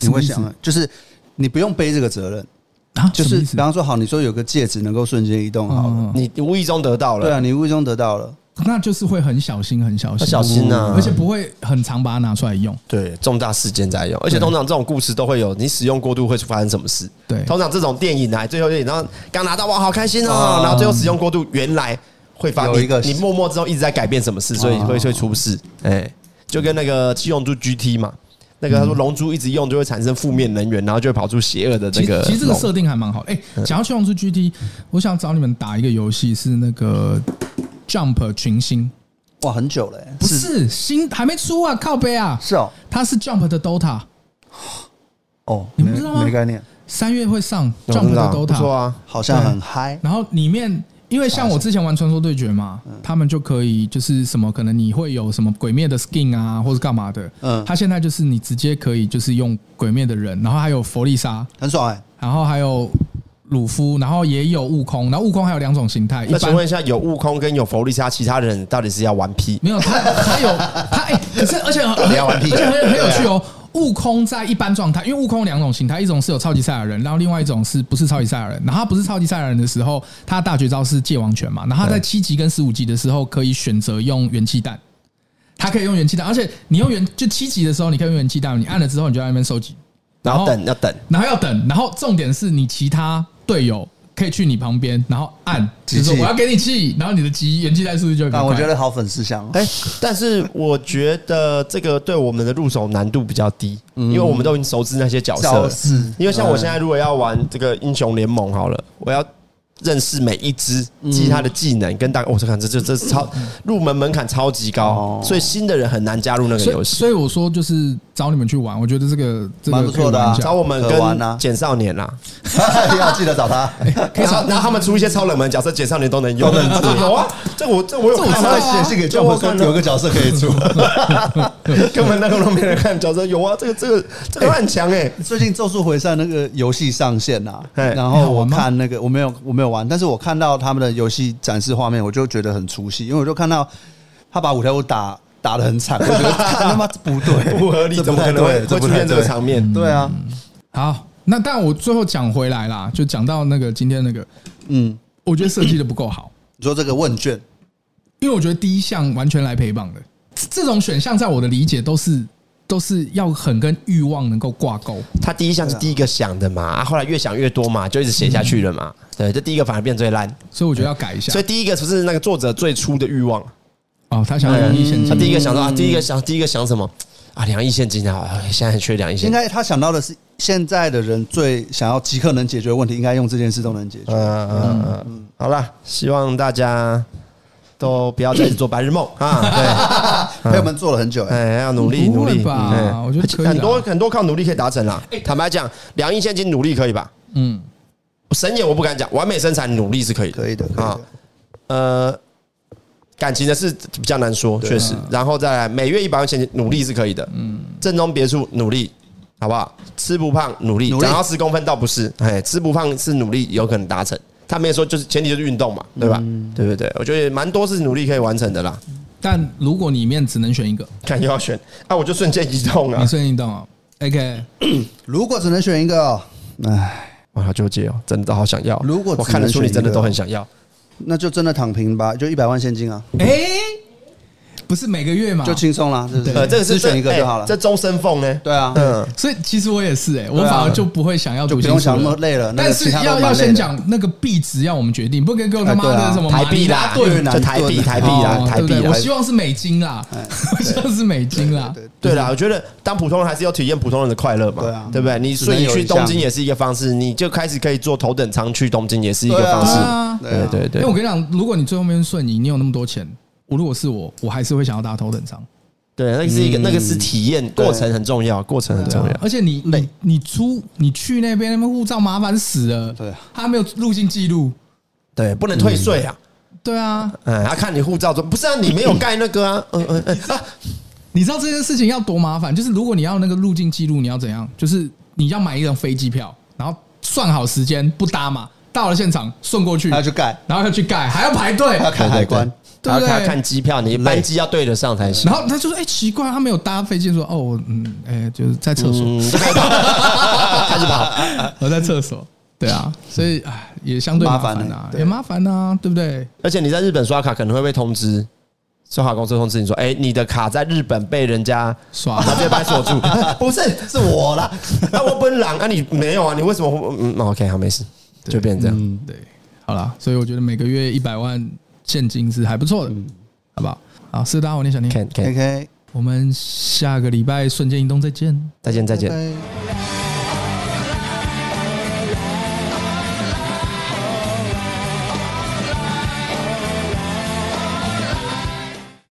C: 你会
B: 什
C: 想
B: 么
C: 啊，就是你不用背这个责任。
B: 啊，
C: 就
B: 什么
C: 是
B: 意
C: 比
B: 思
C: 方说，好，你说有个戒指能够瞬间移动，好了，
B: 嗯
A: 你你无意中得到
C: 对
A: 了，
C: 啊，你无意中得到了，
B: 那就是会很小心，很小
A: 要
B: 心，
A: 小心啊！
B: 而且不会很常把它拿出来用。
A: 对重大事件在用，而且通常这种故事都会有你使用过度会发生什么事。
B: 对，
A: 通常这种电影啊来最后电影，然后刚拿到哇好开心
B: 啊
A: 哦，然后最后使用过度，原来会发
C: 有一个
A: 你你默默之后一直在改变什么事，所
B: 啊
A: 以会会出事。哎，就跟那个七龙珠 GT 嘛。那
B: 嗯
A: 个他说龙珠一直用就会产生负面能源，然后就会跑出邪恶的
B: 其
A: 这
B: 实
A: 个。嗯
B: 其实这个设定还蛮好的。哎，想要去用出 GT，我想找你们打一个游戏，是那个 Jump 群星，
C: 哇，很久了、欸，
B: 不是新还没出啊，靠背啊，
C: 是哦，
B: 它是 Jump 的 DOTA，
C: 哦，
B: 你们
C: 没
B: 知道吗
C: 没概念，
B: 三月会上
A: 我
B: Jump
A: 知
B: 的
A: 道不错
B: DOTA，
A: 啊，
C: 好像很嗨，
B: 然后里面。因为像我之前玩《传说对决》嘛，他们就可以就是什么，可能你会有什么鬼灭的 skin 啊，或者干嘛的，
C: 嗯，
B: 他现在就是你直接可以就是用鬼灭的人，然后还有佛利莎，
C: 很爽哎、
B: 然后还有鲁夫，然后也有悟空，然后悟空还有两种形态，一
A: 那
B: 般
A: 请问一下，有悟空跟有佛利萨，其他人到底是要玩 P？
B: 没有 他，他有他哎、可是而且很
A: 你要玩屁
B: 而且
C: 啊
B: 很很有趣哦。悟空在一般状态，因为悟空有两种形态，一种是有超级赛亚人，然后另外一种是不是超级赛亚人？然后他不是超级赛亚人的时候，他的大绝招是界王拳嘛，然后他在七级跟十五级的时候可以选择用元气弹，他可以用元气弹，而且你用元就七级的时候，你可以用元气弹，你按了之后你就在那边收集，
A: 然后等要等，
B: 然后要等，然后重点是你其他队友可以去你旁边，然后按，
C: 集气
B: 就是我要给你气，然后你的集元气弹数据就会比较
C: 啊，
B: 快
C: 我觉得好粉丝像、哦，
A: 哎、但是我觉得这个对我们的入手难度比较低，因为我们都已经熟知那些角色
C: 招
A: 了。
C: 式，
A: 因为像我现在如果要玩这个英雄联盟好了，我要认识每一只，记它的技能跟大，我这看这这这超入门门槛超级高
C: 哦，
A: 所以新的人很难加入那个
B: 所
A: 游
B: 以
A: 戏。
B: 所以我说就是找你们去玩，我觉得这个这个
C: 蛮不错的啊
B: 可以玩一下
A: 找我们
C: 可玩
A: 跟
C: 啊
A: 简少年啦，
C: 要记得找他。
B: 哎
A: 然后然后他们出一些超冷门角色，简少年都能用。 有啊，这我这我有
B: 这我
A: 看
B: 知道
A: 啊
B: 啊
C: 写信给教父说有个角色可以出。
A: 根本那个都没人看，角色有啊，这个这个这个很强 哎，
C: 最近《咒术回战》那个游戏上线啦、
A: 哎
C: 然后我看那个我没有我没有玩，但是我看到他们的游戏展示画面，我就觉得很出戏，因为我就看到他把五条悟打打的很惨，我觉得看他妈这不 对，
A: 不合理，
C: 这
A: 怎
C: 不
A: 么可
C: 太
A: 能会
C: 对，
A: 会
C: 不
A: 出
C: 太
A: 现这
C: 对
A: 个场面？
C: 对啊，
B: 好，那但我最后讲回来啦，就讲到那个今天那个，
C: 嗯，
B: 我觉得设计的不够好，
C: 你说这个问卷
B: 因为我觉得第一项完全来陪榜的这这种选项，在我的理解都是都是要很跟欲望能够挂钩。
A: 他第一项是第一个想的嘛，啊后来越想越多嘛，就一直写下去了嘛。
C: 嗯
A: 对，这第一个反而变最烂，
B: 所以我觉得要改
C: 啊
B: 一下
A: 所。以第一个不是那个作者最初的欲望。
B: 哦，他想要容易现
C: 嗯
A: 他
B: 金，
A: 第一个想到啊，第一个想第一个想什么啊？两亿现金啊，啊现在很缺两亿现金。
C: 应该他想到的是现在的人最想要即刻能解决的问题，应该用这件事都能解决。
A: 嗯嗯嗯嗯，好啦，希望大家都不要再做白日梦 啊！
C: 陪我们做了很久、
A: 对，
C: 欸，
A: 哎，要努力
B: 不
A: 努
B: 会
A: 力
B: 吧
A: 嗯
B: 我觉得可以啊啦
A: 很多很多靠努力可以达成啦。
C: 哎
A: 坦白讲，两亿现金努力可以吧？
B: 嗯，
A: 神眼我不敢讲，完美身材努力是可以的。
C: 可以的，可以
A: 啊
C: 的。
A: 呃，感情的事比较难说，
C: 啊
A: 确实。然后再来，每月一百块钱努力是可以的，嗯，正宗别墅努力。好不好？吃不胖，努力
C: 努力
A: 长到十公分倒不是，哎，吃不胖是努力有可能达成。他没有说就是前提就是运动嘛，对吧？
C: 嗯
A: 对对对，我觉得蛮多是努力可以完成的啦。
B: 但如果里面只能选一个，
A: 看又要选，啊，我就瞬间移动
C: 嗯
A: 啊
B: 你，顺应到啊，OK，
C: 如果只能选一个、哦，唉，
A: 哇，好纠结哦，真的好想要。
C: 如果只
A: 我看得
C: 能
A: 出你
C: 选一
A: 真的
C: 个
A: 都很想要，
C: 那就真的躺平吧，就一百万现金啊，
B: 哎、不是每个月嘛，
C: 就轻松啦，是不是？
A: 呃，这个是
C: 只选一个
A: 哎
C: 就好了。
A: 这周生凤呢？
C: 对啊，
A: 嗯，
B: 所以其实我也是哎、我
C: 对啊
B: 反而就不会想要
C: 就
B: 读
C: 不
B: 心
C: 用
B: 术
C: 想那
B: 了
C: 么累呃了。那
B: 但
C: 个
B: 是
C: 其他
B: 要
C: 都
B: 要
C: 蛮累
B: 先
C: 的，
B: 讲那个币值，要我们决定，不能给我他妈
C: 哎对
B: 的
C: 啊
B: 什么
A: 台
B: 马
A: 币
B: 尼
A: 啦
B: 拉，啊盾
C: 越南
A: 就台币，
C: 盾
A: 台币啦，
B: 哦
A: 台
B: 对不
A: 币
B: 对
A: 啦
B: 我。希望是美金啦， 我希望是美金啦。
C: 哎对
A: 对啦，我觉得当普通人还是要体验普通人的快乐嘛，
C: 对啊
A: 对不对？你所
C: 只能
A: 以
C: 有
A: 去
C: 一项
A: 东京也是一个方式，你就开始可以坐头等舱去东京也是一个
C: 对啊
A: 方
B: 对
A: 式。
B: 啊，
C: 对啊
A: 对
B: 因
A: 对
B: 为我跟你讲，如果你最后面顺你，你有那么多钱，我如果是我，我还是会想要打头等舱。
A: 对，那个是一
C: 嗯
A: 个那个是体验过程很重要，过程很重
B: 对啊
A: 要。
B: 而且你你你出你去那边，那边护照麻烦死了，
C: 对啊
B: 他没有入境记录，
A: 对，不能退税啊。
B: 对啊，
A: 嗯，他看你护照说不是啊，你没有盖那个啊，嗯嗯嗯啊，
B: 你知道这件事情要多麻烦？就是如果你要那个入境记录，你要怎样？就是你要买一张飞机票，然后算好时间不搭嘛，到了现场顺过去，
C: 还要去盖，
B: 然后要去盖，还要排队
C: 还。要看海关，
B: 对
A: 他
B: 不对
A: 他看机票，你班机要对得上才行
B: 然。后他就说：“哎、奇怪，他没有搭飞机，说哦，我嗯，哎、就是在厕所，
A: 嗯，开始跑。
B: 我在厕所。”对啊，所以哎，也相对麻烦
C: 麻烦
B: 啊
C: 欸，对
B: 也麻烦啊，对不对？
A: 而且你在日本刷卡可能会被通知，刷卡公司通知你说，哎，你的卡在日本被人家
B: 刷
A: 把这把锁住， 不是，是我啦。 啊，我本狼啊，你没有啊？你为什么会？嗯，OK，好，没事，就变成这样。
B: 对，好啦，所以我觉得每个月一百万现金是还不错的，
A: 嗯
B: 好不好？好，是
A: 哎
B: 大家好，我念小念，
A: 看看，
C: ，OK，
B: 我们下个礼拜瞬间移动再见。
A: 再见，再见。
C: 拜拜